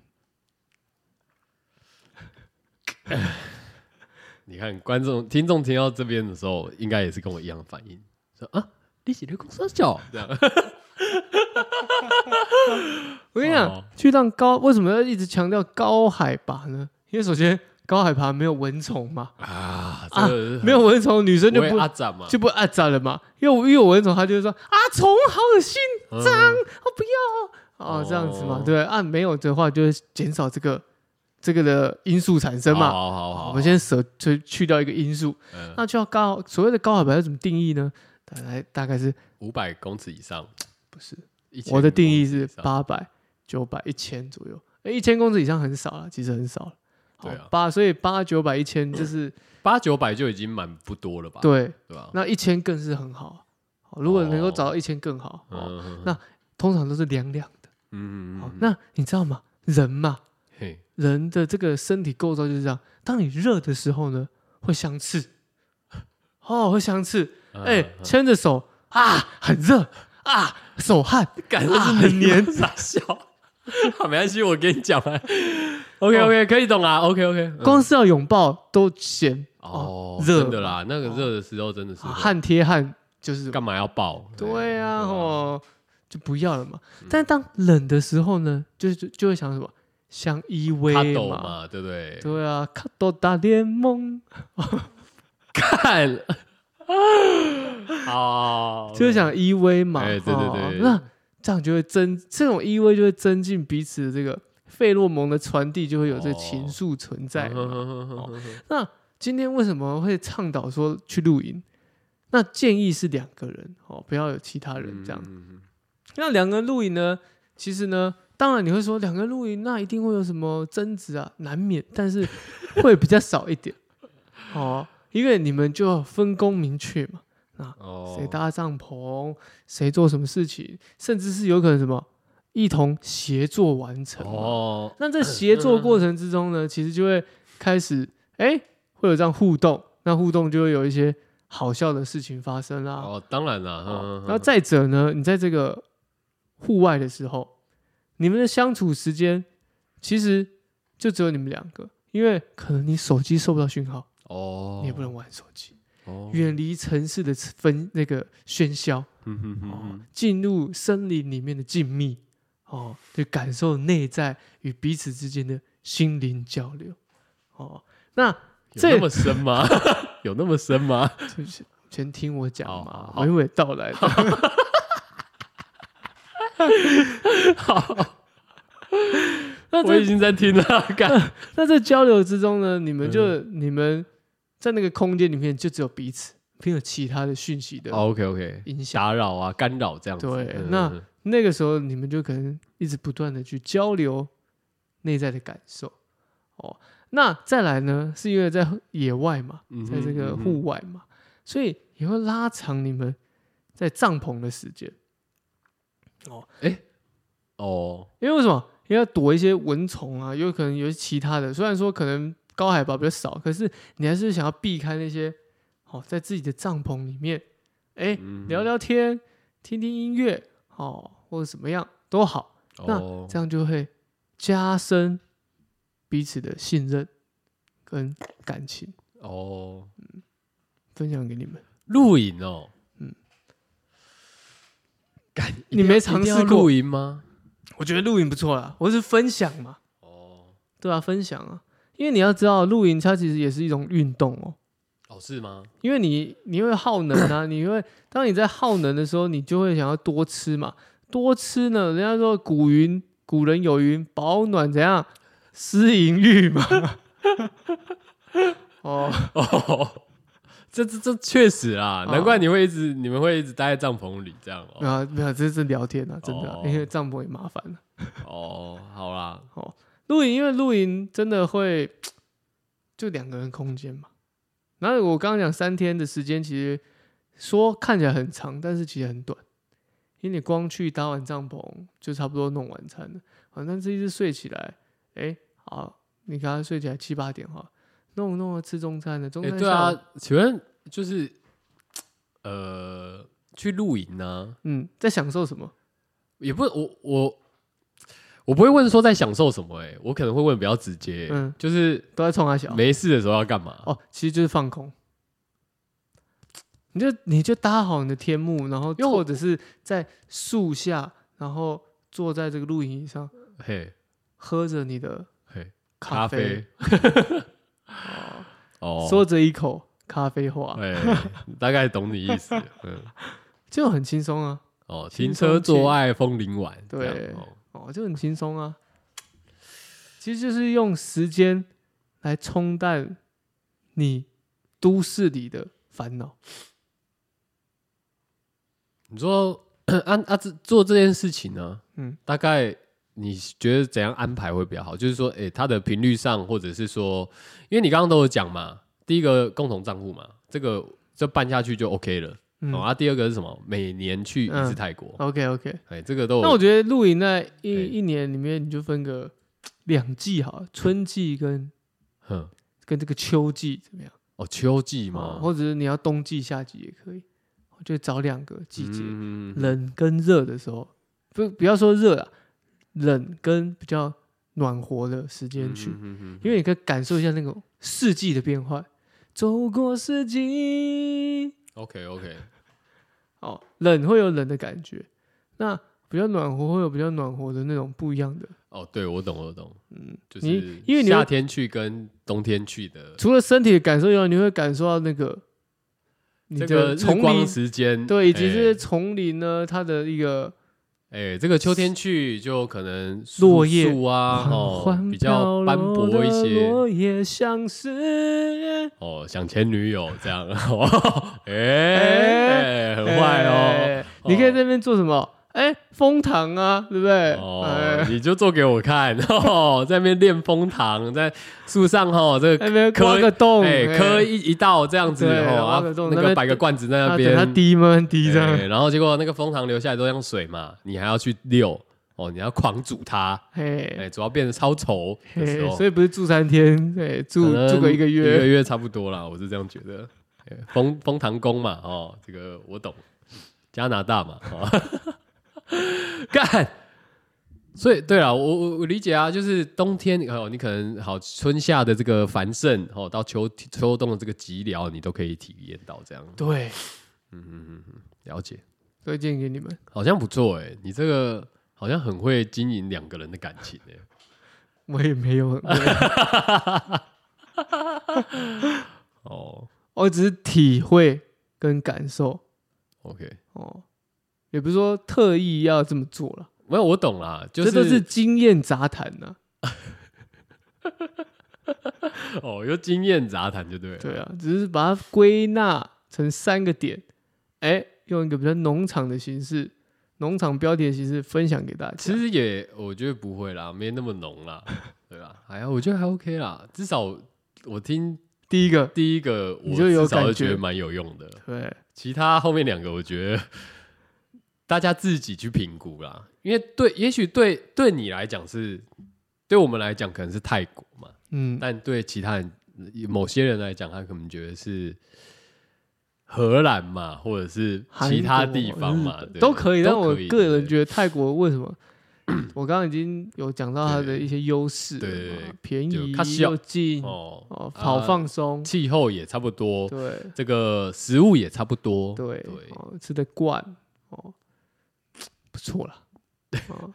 [SPEAKER 1] 你看观众、听众听到这边的时候，应该也是跟我一样的反应，说啊，你写的公司小这样。
[SPEAKER 2] 我跟你讲，
[SPEAKER 1] 哦
[SPEAKER 2] 去趟高为什么要一直强调高海拔呢？因为首先高海拔没有蚊虫嘛，
[SPEAKER 1] 啊，
[SPEAKER 2] 啊
[SPEAKER 1] 这个
[SPEAKER 2] 没有蚊虫，女生就
[SPEAKER 1] 不会
[SPEAKER 2] 不
[SPEAKER 1] 阿展嘛，
[SPEAKER 2] 就不按赞了嘛。因为我因为我蚊虫，他就会说啊虫好恶心
[SPEAKER 1] 嗯
[SPEAKER 2] 脏我不要哦
[SPEAKER 1] 哦
[SPEAKER 2] 这样子嘛，对啊没有的话就会减少这个这个的因素产生
[SPEAKER 1] 嗯
[SPEAKER 2] 嘛。
[SPEAKER 1] 好好好，
[SPEAKER 2] 我们先舍就去掉一个因素，
[SPEAKER 1] 嗯
[SPEAKER 2] 那就要高所谓的高海拔要怎么定义呢？大概大概是
[SPEAKER 1] 五百公尺以上，
[SPEAKER 2] 不是
[SPEAKER 1] 1000
[SPEAKER 2] 我的定义是
[SPEAKER 1] 公尺以上
[SPEAKER 2] 八百、九百、一千左右，哎一千公尺以上很少了，其实很少了。好
[SPEAKER 1] 对啊
[SPEAKER 2] 八所以八九百一 千这是
[SPEAKER 1] 八九百就已经蛮不多了吧？
[SPEAKER 2] 对，
[SPEAKER 1] 对吧？
[SPEAKER 2] 那一千更是很好啊。好如果能够
[SPEAKER 1] 哦
[SPEAKER 2] 找到一千更好，哦，
[SPEAKER 1] 嗯
[SPEAKER 2] 那通常都是凉凉的。
[SPEAKER 1] 嗯
[SPEAKER 2] 好
[SPEAKER 1] 嗯，
[SPEAKER 2] 哦那你知道吗？人嘛，
[SPEAKER 1] 嘿
[SPEAKER 2] 人的这个身体构造就是这样。当你热的时候呢，会相刺，哦，会相刺。
[SPEAKER 1] 嗯
[SPEAKER 2] 哎、
[SPEAKER 1] 嗯
[SPEAKER 2] 牵着手啊，很热啊，手汗，
[SPEAKER 1] 感觉是
[SPEAKER 2] 觉
[SPEAKER 1] 嗯
[SPEAKER 2] 是 很黏
[SPEAKER 1] 傻笑。好，啊没关系，我跟你讲 啊。OK OK，可以懂啦。OK OK，
[SPEAKER 2] 哦光是要拥抱都嫌
[SPEAKER 1] 哦
[SPEAKER 2] 热
[SPEAKER 1] 真的啦，那个热的时候真的是
[SPEAKER 2] 啊汗贴汗就是
[SPEAKER 1] 干嘛要抱？
[SPEAKER 2] 对啊，
[SPEAKER 1] 对吧嗯
[SPEAKER 2] 哦，就不要了嘛。但当冷的时候呢，就是就会想什么，相依
[SPEAKER 1] 他
[SPEAKER 2] 偎
[SPEAKER 1] 抖嘛，对不 对？
[SPEAKER 2] 对啊，卡多大联盟，
[SPEAKER 1] 看， 哦，
[SPEAKER 2] 就是想依偎嘛。
[SPEAKER 1] 哎对对
[SPEAKER 2] 哦
[SPEAKER 1] 对
[SPEAKER 2] 那这样就会增，这种依偎就会增进彼此的这个费洛蒙的传递，就会有这个
[SPEAKER 1] 哦
[SPEAKER 2] 情愫存在
[SPEAKER 1] 嗯
[SPEAKER 2] 嘛。哦那今天为什么会倡导说去露营？那建议是两个人哦，不要有其他人这样。
[SPEAKER 1] 嗯
[SPEAKER 2] 那两个人露营呢，其实呢，当然你会说两个人露营，那一定会有什么争执啊，难免，但是会比较少一点 哦，因为你们就要分工明确嘛，
[SPEAKER 1] 哦
[SPEAKER 2] 谁搭帐篷，谁做什么事情，甚至是有可能什么一同协作完成。哦，
[SPEAKER 1] 哦，
[SPEAKER 2] 那在协作过程之中呢，其实就会开始哎、会有这样互动，那互动就会有一些好笑的事情发生啦。
[SPEAKER 1] 哦，当然啦，
[SPEAKER 2] 啊哦
[SPEAKER 1] 嗯
[SPEAKER 2] 然后再者呢，你在这个户外的时候，你们的相处时间其实就只有你们两个，因为可能你手机收不到讯号，
[SPEAKER 1] 哦，
[SPEAKER 2] 你也不能玩手机，
[SPEAKER 1] 哦，
[SPEAKER 2] 远离城市的分那个喧嚣，
[SPEAKER 1] 嗯哼哼
[SPEAKER 2] 哦
[SPEAKER 1] 哼，
[SPEAKER 2] 进入森林里面的静谧，哦，去感受内在与彼此之间的心灵交流，哦，那
[SPEAKER 1] 有
[SPEAKER 2] 这
[SPEAKER 1] 那么深 吗？有那么深吗？
[SPEAKER 2] 就是先听我讲
[SPEAKER 1] 好好
[SPEAKER 2] 嘛，
[SPEAKER 1] 哦好
[SPEAKER 2] 娓娓道来的。 那
[SPEAKER 1] 我已
[SPEAKER 2] 这
[SPEAKER 1] 经在听了， 干
[SPEAKER 2] 那这交流之中呢，你们就、
[SPEAKER 1] 嗯
[SPEAKER 2] 你们在那个空间里面就只有彼此，没有其他的讯息的
[SPEAKER 1] ，OK OK，
[SPEAKER 2] 影响。
[SPEAKER 1] 打哦扰啊，干扰这样子。
[SPEAKER 2] 对
[SPEAKER 1] 嗯
[SPEAKER 2] 那
[SPEAKER 1] 嗯
[SPEAKER 2] 那个时候你们就可能一直不断的去交流内在的感受。哦，那再来呢，是因为在野外嘛，
[SPEAKER 1] 嗯
[SPEAKER 2] 在
[SPEAKER 1] 哼
[SPEAKER 2] 这个
[SPEAKER 1] 嗯哼
[SPEAKER 2] 户外嘛，所以也会拉长你们在帐篷的时间。
[SPEAKER 1] 哦，
[SPEAKER 2] 因为为什么？因为要躲一些蚊虫啊，有可能有其他的。虽然说可能高海拔比较少，可是你还是想要避开那些哦，在自己的帐篷里面，哎，
[SPEAKER 1] 嗯哼
[SPEAKER 2] 聊聊天，听听音乐，哦，或者怎么样都好，那
[SPEAKER 1] 哦
[SPEAKER 2] 这样就会加深彼此的信任跟感情。
[SPEAKER 1] 哦，
[SPEAKER 2] 分享给你们，
[SPEAKER 1] 露营哦，
[SPEAKER 2] 嗯
[SPEAKER 1] 嗯，敢
[SPEAKER 2] 你没尝试过
[SPEAKER 1] 露营吗？
[SPEAKER 2] 我觉得露营不错啦，我是分享嘛，
[SPEAKER 1] 哦，
[SPEAKER 2] 对啊，分享啊，因为你要知道，露营它其实也是一种运动哦。
[SPEAKER 1] 哦是吗？
[SPEAKER 2] 因为你你会耗能 啊，你会当你在耗能的时候，你就会想要多吃嘛，多吃呢，人家说古云古人有云，保暖怎样，思淫欲 嘛。哦，
[SPEAKER 1] 哦， 这这这确实啊，
[SPEAKER 2] 哦嗯
[SPEAKER 1] 难怪你会一直你们会一直待在帐篷里这样哦。
[SPEAKER 2] 没有啊没有，这是聊天啊，真的啊、
[SPEAKER 1] 哦
[SPEAKER 2] 因为帐篷也麻烦了。
[SPEAKER 1] 哦，好啦，
[SPEAKER 2] 露营因为露营真的会就两个人空间嘛，然后我刚刚讲三天的时间，其实说看起来很长，但是其实很短，因为你光去搭完帐篷就差不多弄晚餐了，晚上这一次睡起来，哎，好，你刚刚睡起来七八点哈，弄一弄了吃中餐了，中
[SPEAKER 1] 哎、
[SPEAKER 2] 餐
[SPEAKER 1] 对
[SPEAKER 2] 下午，
[SPEAKER 1] 啊，请问就是呃，去露营呢、
[SPEAKER 2] 嗯，在享受什么？
[SPEAKER 1] 也不我我我不会问说在享受什么、欸，哎，我可能会问比较直接、
[SPEAKER 2] 嗯
[SPEAKER 1] 就是
[SPEAKER 2] 都在冲他小
[SPEAKER 1] 没事的时候要干嘛？
[SPEAKER 2] 哦，其实就是放空。你就你就搭好你的天幕，然后
[SPEAKER 1] 因为我
[SPEAKER 2] 或者是在树下，然后坐在这个露营椅上，
[SPEAKER 1] 嘿
[SPEAKER 2] 喝着你的
[SPEAKER 1] 嘿，
[SPEAKER 2] 咖啡，，
[SPEAKER 1] 哦，
[SPEAKER 2] 说着一口咖啡话，
[SPEAKER 1] 哎、大概懂你意思，嗯，
[SPEAKER 2] 就很轻松啊，
[SPEAKER 1] 哦，
[SPEAKER 2] 轻
[SPEAKER 1] 停
[SPEAKER 2] 松
[SPEAKER 1] 车做
[SPEAKER 2] 去
[SPEAKER 1] 爱风铃晚，这样
[SPEAKER 2] 对
[SPEAKER 1] 哦
[SPEAKER 2] 哦，就很轻松啊。其实就是用时间来冲淡你都市里的烦恼。
[SPEAKER 1] 你说 安啊这做这件事情呢，
[SPEAKER 2] 嗯
[SPEAKER 1] 嗯，大概你觉得怎样安排会比较好？就是说，诶、它的频率上，或者是说，因为你刚刚都有讲嘛，第一个共同账户嘛，这个这办下去就 OK 了。
[SPEAKER 2] 嗯、
[SPEAKER 1] 哦，啊，第二个是什么？每年去一次泰国，
[SPEAKER 2] o k OK。
[SPEAKER 1] 哎、这个都
[SPEAKER 2] 那
[SPEAKER 1] 有
[SPEAKER 2] 我觉得露营那一
[SPEAKER 1] 哎
[SPEAKER 2] 一年里面，你就分个两季好了，春季跟
[SPEAKER 1] 哼
[SPEAKER 2] 跟这个秋季怎么样？
[SPEAKER 1] 哦，秋季
[SPEAKER 2] 哦
[SPEAKER 1] 嘛，
[SPEAKER 2] 或者是你要冬季、夏季也可以。我就找两个季节，
[SPEAKER 1] 嗯
[SPEAKER 2] 冷跟热的时候，不不要说热啊，冷跟比较暖和的时间
[SPEAKER 1] 嗯
[SPEAKER 2] 去，
[SPEAKER 1] 嗯嗯嗯
[SPEAKER 2] 因为你可以感受一下那种四季的变换，走过四季。
[SPEAKER 1] OK OK，
[SPEAKER 2] 哦，冷会有冷的感觉，那比较暖和会有比较暖和的那种不一样的。
[SPEAKER 1] 哦，对我懂我懂，
[SPEAKER 2] 嗯
[SPEAKER 1] 嗯，就
[SPEAKER 2] 你
[SPEAKER 1] 是
[SPEAKER 2] 因为你会
[SPEAKER 1] 夏天去跟冬天去的
[SPEAKER 2] 除了身体的感受以外，你会感受到那个你
[SPEAKER 1] 这个
[SPEAKER 2] 的
[SPEAKER 1] 日
[SPEAKER 2] 丛
[SPEAKER 1] 光
[SPEAKER 2] 林，
[SPEAKER 1] 时间，
[SPEAKER 2] 对，以及
[SPEAKER 1] 哎
[SPEAKER 2] 这些丛林呢，它的一个
[SPEAKER 1] 哎、这个秋天去就可能树
[SPEAKER 2] 落叶
[SPEAKER 1] 树啊，哦
[SPEAKER 2] 缓，
[SPEAKER 1] 比较斑
[SPEAKER 2] 飘落
[SPEAKER 1] 驳
[SPEAKER 2] 的
[SPEAKER 1] 一些
[SPEAKER 2] 落叶像是
[SPEAKER 1] 哦，想前女友这样， 哦，哎、
[SPEAKER 2] 哎
[SPEAKER 1] 哎很坏哦，
[SPEAKER 2] 哎你可以在那边做什么？哎，蜂糖啊，对不对？
[SPEAKER 1] 哦
[SPEAKER 2] 哎，，
[SPEAKER 1] 你就做给我看， 哦，在那边练风堂，在树上哈、哦，这个
[SPEAKER 2] 在那边
[SPEAKER 1] 磕
[SPEAKER 2] 挖个洞，
[SPEAKER 1] 哎磕
[SPEAKER 2] 以，
[SPEAKER 1] 一一道这样子
[SPEAKER 2] 对
[SPEAKER 1] 哦，
[SPEAKER 2] 挖
[SPEAKER 1] 啊
[SPEAKER 2] 个洞，
[SPEAKER 1] 那
[SPEAKER 2] 那边
[SPEAKER 1] 个摆个罐子在那
[SPEAKER 2] 啊等
[SPEAKER 1] 边，
[SPEAKER 2] 它滴闷滴这
[SPEAKER 1] 哎
[SPEAKER 2] 样。
[SPEAKER 1] 然后结果那个蜂糖留下来都像水嘛，你还要去溜哦，你要狂煮它，哎、
[SPEAKER 2] 嘿，
[SPEAKER 1] 主要变得超稠的时
[SPEAKER 2] 嘿
[SPEAKER 1] 候
[SPEAKER 2] 所。以不是住三天，哎，住
[SPEAKER 1] 可能
[SPEAKER 2] 住个一个
[SPEAKER 1] 一个
[SPEAKER 2] 月，
[SPEAKER 1] 月差不多啦，我是这样觉得。对封封堂宫嘛，哦，这个我懂，加拿大嘛，哦、 干。所以对了，我我我理解啊，就是冬天哦，你可能好春夏的这个繁盛哦，到秋秋冬的这个寂寥，你都可以体验到这样。
[SPEAKER 2] 对，
[SPEAKER 1] 了解，
[SPEAKER 2] 推荐给你们。
[SPEAKER 1] 好像不错哎、你这个好像很会经营两个人的感情哎、
[SPEAKER 2] 我也没有很贵，
[SPEAKER 1] 哦
[SPEAKER 2] 我只是体会跟感受
[SPEAKER 1] ，OK，
[SPEAKER 2] 哦，也不是说特意要这么做了，
[SPEAKER 1] 没有我懂啦，就是
[SPEAKER 2] 这都是经验杂谈呐、
[SPEAKER 1] 哦，有经验杂谈就对了。
[SPEAKER 2] 对啊，只是把它归纳成三个点，哎，用一个比较农场的形式，农场标题的形式分享给大家。
[SPEAKER 1] 其实也我觉得不会啦，没那么浓啦，对吧？啊还好，我觉得还 OK 啦，至少我听
[SPEAKER 2] 第一个，
[SPEAKER 1] 第一个，
[SPEAKER 2] 你
[SPEAKER 1] 我
[SPEAKER 2] 就有
[SPEAKER 1] 至少
[SPEAKER 2] 感
[SPEAKER 1] 就觉
[SPEAKER 2] 觉
[SPEAKER 1] 得蛮有用的。
[SPEAKER 2] 对，
[SPEAKER 1] 其他后面两个，我觉得大家自己去评估啦，因为对，也许对对你来讲是，对我们来讲可能是泰国嘛，
[SPEAKER 2] 嗯，
[SPEAKER 1] 但对其他人某些人来讲，他可能觉得是荷兰嘛，或者是其他地方嘛
[SPEAKER 2] 韩国，
[SPEAKER 1] 对
[SPEAKER 2] 哦都可以。但我个人
[SPEAKER 1] 得
[SPEAKER 2] 觉得泰国为 什么？我刚刚已经有讲到它的
[SPEAKER 1] 对
[SPEAKER 2] 一些优势了嘛，
[SPEAKER 1] 对对对
[SPEAKER 2] 便
[SPEAKER 1] 就
[SPEAKER 2] 宜
[SPEAKER 1] 较小
[SPEAKER 2] 又近，
[SPEAKER 1] 哦，
[SPEAKER 2] 哦，
[SPEAKER 1] 啊
[SPEAKER 2] 好放松，
[SPEAKER 1] 气候也差不多，
[SPEAKER 2] 对
[SPEAKER 1] 这个食物也差不多，
[SPEAKER 2] 对
[SPEAKER 1] 对
[SPEAKER 2] 哦，吃得惯哦，不错啦。哦，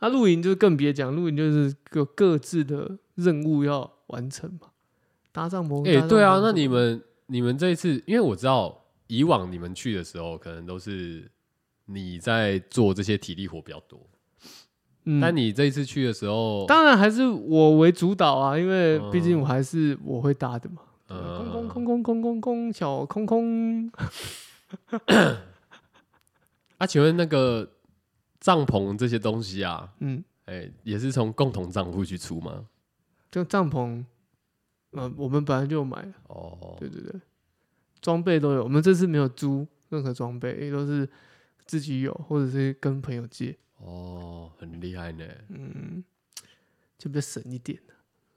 [SPEAKER 2] 那露营就更别讲，露营就是有各自的任务要完成嘛，搭帐篷。
[SPEAKER 1] 哎、
[SPEAKER 2] 搭帐
[SPEAKER 1] 对啊
[SPEAKER 2] 篷，
[SPEAKER 1] 那你们你们这一次，因为我知道以往你们去的时候，可能都是你在做这些体力活比较多，
[SPEAKER 2] 嗯
[SPEAKER 1] 但你这一次去的时候，
[SPEAKER 2] 当然还是我为主导啊，因为
[SPEAKER 1] 嗯
[SPEAKER 2] 毕竟我还是我会搭的嘛。
[SPEAKER 1] 呃
[SPEAKER 2] 空空空空空空空，小空空。
[SPEAKER 1] 啊，请问那个帐篷这些东西啊，
[SPEAKER 2] 嗯，
[SPEAKER 1] 哎、也是从共同账户去出吗？
[SPEAKER 2] 这个帐篷，呃，我们本来就有买了，
[SPEAKER 1] 哦，
[SPEAKER 2] 对对对，装备都有。我们这次没有租任何装备，也都是自己有，或者是跟朋友借，
[SPEAKER 1] 哦，很厉害呢。
[SPEAKER 2] 嗯，就比较省一点。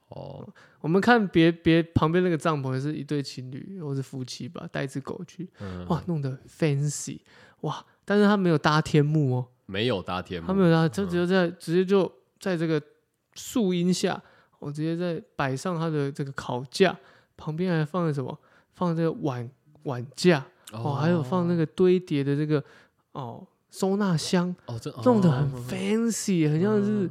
[SPEAKER 1] 哦，
[SPEAKER 2] 我们看别别旁边那个帐篷也是一对情侣或是夫妻吧，带一只狗去，
[SPEAKER 1] 嗯，
[SPEAKER 2] 哇，弄得 fancy，哇！但是他没有搭天幕哦，
[SPEAKER 1] 没有搭天幕，
[SPEAKER 2] 他没有搭，
[SPEAKER 1] 嗯
[SPEAKER 2] 就直接在直接就在这个树荫下，我直接在摆上他的这个烤架，旁边还放了什么？放这个碗碗架哦，还有放那个堆叠的这个哦收纳箱，
[SPEAKER 1] 哦，这
[SPEAKER 2] 弄得很
[SPEAKER 1] 哦
[SPEAKER 2] fancy，很像是
[SPEAKER 1] 嗯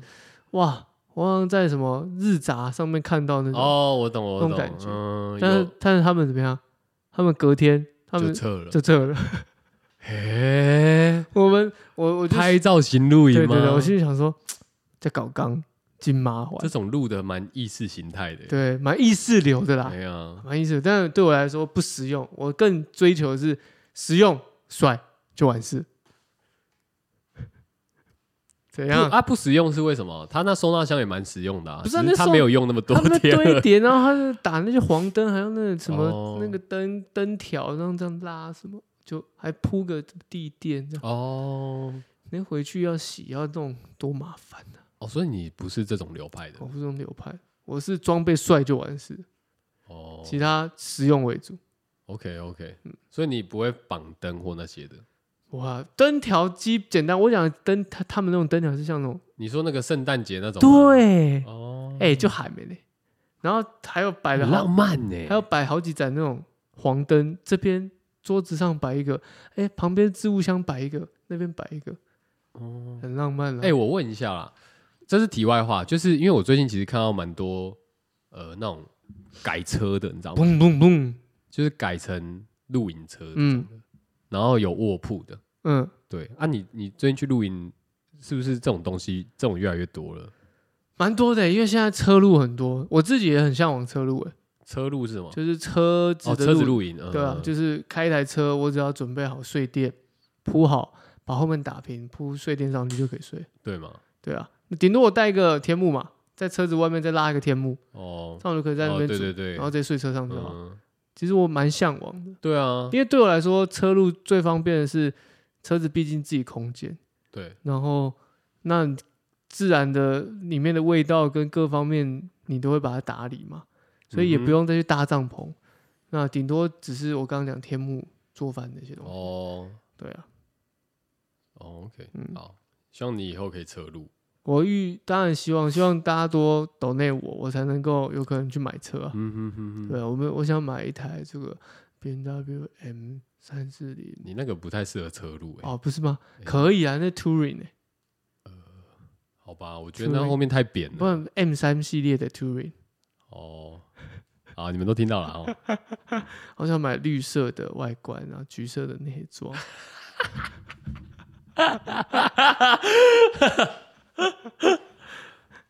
[SPEAKER 2] 哇，我好像在什么日杂上面看到那种，
[SPEAKER 1] 哦，我懂，我懂，
[SPEAKER 2] 那种感觉
[SPEAKER 1] 嗯，
[SPEAKER 2] 但是但是他们怎么样？他们隔天他
[SPEAKER 1] 有就
[SPEAKER 2] 们
[SPEAKER 1] 撤了，
[SPEAKER 2] 就撤了。
[SPEAKER 1] 嘿，
[SPEAKER 2] 我们我我就
[SPEAKER 1] 拍照型露营
[SPEAKER 2] 对对
[SPEAKER 1] 吗？
[SPEAKER 2] 对，我心里想说在搞刚金麻环
[SPEAKER 1] 这，种录的蛮意识形态的，
[SPEAKER 2] 对，啊蛮意识流的啦
[SPEAKER 1] 哎，呀，
[SPEAKER 2] 蛮意识流。但是对我来说不实用，我更追求的是实用、帅就完事。 怎
[SPEAKER 1] 不
[SPEAKER 2] 样？
[SPEAKER 1] 啊，不实用是为什么？他那收纳箱也蛮实用的啊，
[SPEAKER 2] 不是啊
[SPEAKER 1] 只
[SPEAKER 2] 那
[SPEAKER 1] 他
[SPEAKER 2] 收
[SPEAKER 1] 没有用那么多
[SPEAKER 2] 他们在
[SPEAKER 1] 天
[SPEAKER 2] 堆
[SPEAKER 1] 了，
[SPEAKER 2] 叠，然后他就打那些黄灯，还有那个什么、
[SPEAKER 1] 哦
[SPEAKER 2] 那个灯灯条，然后这样拉什么，就还铺个地垫这样。
[SPEAKER 1] 哦
[SPEAKER 2] 你回去要洗要弄，多麻烦啊！
[SPEAKER 1] 哦，所以你不是这种流派的
[SPEAKER 2] 我不是这种流派，我是装备帅就完事，
[SPEAKER 1] 哦
[SPEAKER 2] 其他实嗯用为主。
[SPEAKER 1] ，OK OK，所以你不会绑灯或那些的。
[SPEAKER 2] 哇，灯条基简单，我讲灯，他他们那种灯条是像那种
[SPEAKER 1] 你说那个圣诞节那种吗，
[SPEAKER 2] 对，
[SPEAKER 1] 哦，
[SPEAKER 2] 哎、就海绵嘞，然后还有摆了
[SPEAKER 1] 很浪
[SPEAKER 2] 好，
[SPEAKER 1] 漫呢，
[SPEAKER 2] 还有摆好几盏那种黄灯，这边桌子上摆一个，哎、旁边置物箱摆一个，那边摆一个，
[SPEAKER 1] 哦
[SPEAKER 2] 很浪漫了。啊
[SPEAKER 1] 哎、我问一下啦，这是题外话，就是因为我最近其实看到蛮多呃那种改车的，你知道吗？
[SPEAKER 2] 嘣嘣嘣，
[SPEAKER 1] 就是改成露营车，
[SPEAKER 2] 嗯
[SPEAKER 1] 然后有卧铺的。
[SPEAKER 2] 嗯，
[SPEAKER 1] 对啊你，你最近去露营，是不是这种东西这种越来越多了？
[SPEAKER 2] 蛮多的、因为现在车路很多，我自己也很向往车路、哎，
[SPEAKER 1] 车路是吗？
[SPEAKER 2] 就是车子
[SPEAKER 1] 哦，
[SPEAKER 2] 的
[SPEAKER 1] 车子露营，嗯、
[SPEAKER 2] 对啊，
[SPEAKER 1] 嗯
[SPEAKER 2] 就是开一台车，我只要准备好睡垫，铺好，把后面打平，铺睡垫上去就可以睡。
[SPEAKER 1] 对嘛。
[SPEAKER 2] 对啊，顶多我带一个天幕嘛，在车子外面再拉一个天幕，
[SPEAKER 1] 哦，
[SPEAKER 2] 这样我就可以在那
[SPEAKER 1] 哦
[SPEAKER 2] 边
[SPEAKER 1] 对
[SPEAKER 2] 住，
[SPEAKER 1] 对对
[SPEAKER 2] 然后，再睡车上就好。
[SPEAKER 1] 嗯，
[SPEAKER 2] 其实我蛮向往的，
[SPEAKER 1] 对啊，
[SPEAKER 2] 因为对我来说，车路最方便的是车子，毕竟自己空间，
[SPEAKER 1] 对，
[SPEAKER 2] 然后那自然的里面的味道跟各方面你都会把它打理嘛，所以也
[SPEAKER 1] 嗯哼
[SPEAKER 2] 不用再去搭帐篷，那顶多只是我刚刚讲天幕做饭那些东西。
[SPEAKER 1] 哦
[SPEAKER 2] 对啊，
[SPEAKER 1] 哦，OK，
[SPEAKER 2] 嗯
[SPEAKER 1] 好，希望你以后可以车路。
[SPEAKER 2] 我预当然希望希望大家多抖内我，我才能够有可能去买车啊。
[SPEAKER 1] 嗯哼哼哼，
[SPEAKER 2] 对啊，我们我想买一台这个 B N W M 三四零
[SPEAKER 1] 你那个不太适合车路、欸，
[SPEAKER 2] 哦，不是吗？
[SPEAKER 1] 哎
[SPEAKER 2] 可以啊，那 Touring 哎、
[SPEAKER 1] 好吧，我觉得那后面太扁
[SPEAKER 2] 不
[SPEAKER 1] 了。
[SPEAKER 2] 然 M 三系列的 Touring，
[SPEAKER 1] 哦， 啊，你们都听到了 哦。
[SPEAKER 2] 我想买绿色的外观，然后橘色的内 装。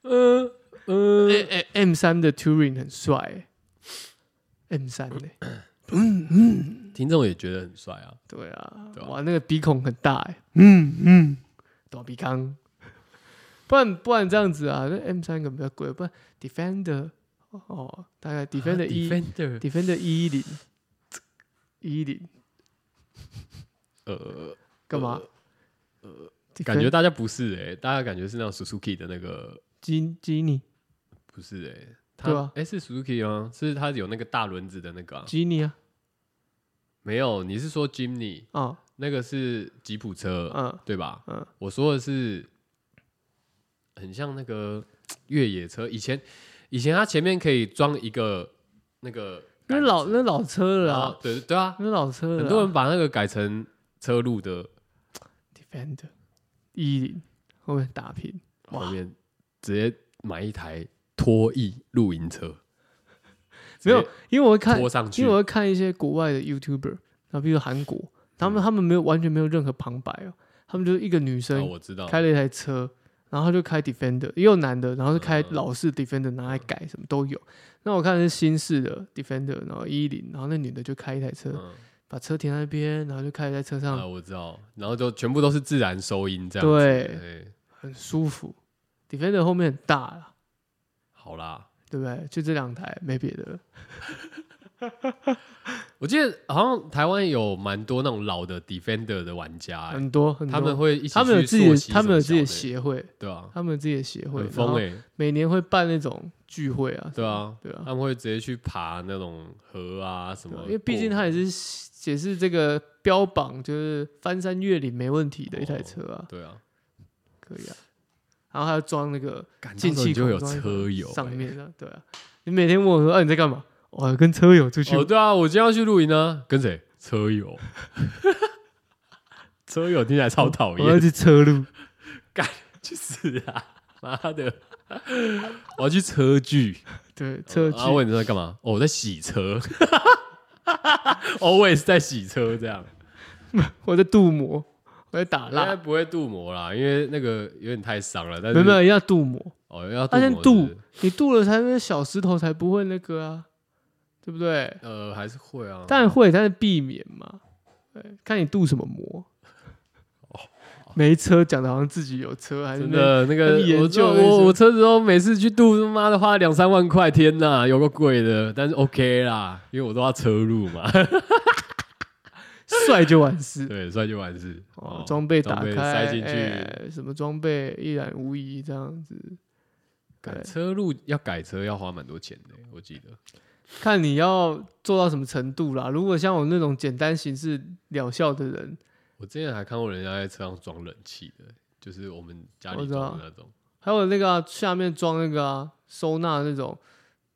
[SPEAKER 1] 嗯嗯，
[SPEAKER 2] 哎哎，M 三的 Touring 很帅、欸、，M 三哎、
[SPEAKER 1] 听众也觉得很帅啊。
[SPEAKER 2] 对啊，
[SPEAKER 1] 对啊
[SPEAKER 2] 欸哇，那个鼻孔很大哎、嗯嗯，短鼻康，不然不然这样子啊，那 M 三可能比较贵，不然 Defender 哦，大概 Defender 一、
[SPEAKER 1] 啊 Defender，
[SPEAKER 2] Defender E 一一零，E 一零
[SPEAKER 1] 呃，
[SPEAKER 2] 干嘛？呃，
[SPEAKER 1] 感觉大家不是哎、大家感觉是那种 Suzuki 的那个，
[SPEAKER 2] 基基尼
[SPEAKER 1] 不是哎、欸，
[SPEAKER 2] 对
[SPEAKER 1] 它
[SPEAKER 2] 啊
[SPEAKER 1] 哎、是 Suzuki 吗？是它有那个大轮子的那个、啊？
[SPEAKER 2] 基尼啊，
[SPEAKER 1] 没有，你是说 Jimny
[SPEAKER 2] 啊
[SPEAKER 1] 那个是吉普车，
[SPEAKER 2] 嗯
[SPEAKER 1] 对吧？
[SPEAKER 2] 嗯
[SPEAKER 1] 我说的是很像那个越野车，以前以前它前面可以装一个那个
[SPEAKER 2] 那
[SPEAKER 1] 杆子
[SPEAKER 2] 老那老车了
[SPEAKER 1] 然
[SPEAKER 2] 啊
[SPEAKER 1] 后，对对啊，
[SPEAKER 2] 那老车了啊，
[SPEAKER 1] 很多人把那个改成车路的
[SPEAKER 2] Defender 一零后面打平，
[SPEAKER 1] 后
[SPEAKER 2] 哇，
[SPEAKER 1] 面，直接买一台拖曳露营车，
[SPEAKER 2] 没有
[SPEAKER 1] 直接
[SPEAKER 2] 因为我会看
[SPEAKER 1] 拖上去，啊
[SPEAKER 2] 因为我会看一些国外的 YouTuber，然后比如韩国，他
[SPEAKER 1] 嗯
[SPEAKER 2] 们他们没有完全没有任何旁白哦，他们就是一个女
[SPEAKER 1] 哦
[SPEAKER 2] 生
[SPEAKER 1] 我知道，
[SPEAKER 2] 开了一台车，然后她就开 Defender，也有男的，然后是开
[SPEAKER 1] 嗯
[SPEAKER 2] 老式 Defender 拿来改，什么都有。那我看的是新式的 Defender，然后一零，然后那女的就开一台车，
[SPEAKER 1] 嗯，
[SPEAKER 2] 把车停在那边，然后就开在车
[SPEAKER 1] 啊
[SPEAKER 2] 上，
[SPEAKER 1] 我知道，然后就全部都是自然收音这样子，哎
[SPEAKER 2] 对
[SPEAKER 1] 对，
[SPEAKER 2] 很舒服。Defender 后面很大啦，
[SPEAKER 1] 好啦，
[SPEAKER 2] 对不对？就这两台，没别的了。
[SPEAKER 1] 我记得好像台湾有蛮多那种老的 Defender 的玩家、欸
[SPEAKER 2] 很多很多，
[SPEAKER 1] 他们会一起
[SPEAKER 2] 他们有
[SPEAKER 1] 去
[SPEAKER 2] 自己
[SPEAKER 1] 溯溪
[SPEAKER 2] 的，他
[SPEAKER 1] 什
[SPEAKER 2] 们有
[SPEAKER 1] 么
[SPEAKER 2] 自己
[SPEAKER 1] 小
[SPEAKER 2] 的
[SPEAKER 1] 的欸，
[SPEAKER 2] 协会，
[SPEAKER 1] 对啊，
[SPEAKER 2] 他们有自己的协会，
[SPEAKER 1] 很
[SPEAKER 2] 然
[SPEAKER 1] 疯
[SPEAKER 2] 后
[SPEAKER 1] 哎、
[SPEAKER 2] 每年会办那种聚会啊，
[SPEAKER 1] 对啊，
[SPEAKER 2] 对啊，
[SPEAKER 1] 他们会直接去爬那种河啊什
[SPEAKER 2] 对
[SPEAKER 1] 么
[SPEAKER 2] 啊
[SPEAKER 1] 过，
[SPEAKER 2] 因为毕竟它也是也是这个标榜就是翻山越岭没问题的一台车啊，
[SPEAKER 1] 对啊，
[SPEAKER 2] 可以啊。然后还要装那个
[SPEAKER 1] 感
[SPEAKER 2] 进气
[SPEAKER 1] 你就
[SPEAKER 2] 口
[SPEAKER 1] 有
[SPEAKER 2] 装在
[SPEAKER 1] 车友、
[SPEAKER 2] 上
[SPEAKER 1] 欸
[SPEAKER 2] 面啊，对啊。你每天问我说，啊你在干嘛？我跟车友出去
[SPEAKER 1] 哦，对啊，我今天要去露营呢，跟谁？车友。 车友听起来超讨
[SPEAKER 2] 我要
[SPEAKER 1] 厌，
[SPEAKER 2] 去车路，
[SPEAKER 1] 去死啊！妈的， 我要去车距。哦
[SPEAKER 2] 对车去
[SPEAKER 1] 阿问你在干嘛？哦，我在洗车。always 在洗车这样，
[SPEAKER 2] 我在镀膜，我在打
[SPEAKER 1] 应该
[SPEAKER 2] 蜡，
[SPEAKER 1] 不会镀膜啦，因为那个有点太伤了。但
[SPEAKER 2] 没
[SPEAKER 1] 是
[SPEAKER 2] 有没有要镀膜，
[SPEAKER 1] 哦，要
[SPEAKER 2] 他
[SPEAKER 1] 镀
[SPEAKER 2] 先
[SPEAKER 1] 膜是
[SPEAKER 2] 镀
[SPEAKER 1] 不是，
[SPEAKER 2] 你镀了才那小石头才不会那个啊，对不对？
[SPEAKER 1] 呃，还是会啊。
[SPEAKER 2] 当然会，但是避免嘛。对，看你镀什么膜。没车讲的好像自己有车，还是
[SPEAKER 1] 哦真
[SPEAKER 2] 没
[SPEAKER 1] 的那个
[SPEAKER 2] 还是，研
[SPEAKER 1] 我就
[SPEAKER 2] 究那些
[SPEAKER 1] 我我车子都每次去镀，他妈的花了两三万块，天呐，有个贵的，但是 OK 啦，因为我都要车路嘛，
[SPEAKER 2] 帅就完事。
[SPEAKER 1] 对，所以就完事。
[SPEAKER 2] 哦
[SPEAKER 1] 哦，，
[SPEAKER 2] 装备打
[SPEAKER 1] 装备
[SPEAKER 2] 开，
[SPEAKER 1] 塞进去
[SPEAKER 2] 哎什么装备一览无遗，这样子。
[SPEAKER 1] 改车路要改车要花蛮多钱的，我记得。
[SPEAKER 2] 看你要做到什么程度啦。如果像我那种简单形式疗效的人，
[SPEAKER 1] 我之前还看过人家在车上装冷气的，就是我们家
[SPEAKER 2] 我
[SPEAKER 1] 里
[SPEAKER 2] 知道
[SPEAKER 1] 装的那种。
[SPEAKER 2] 还有那个啊、下面装那个啊，收纳那种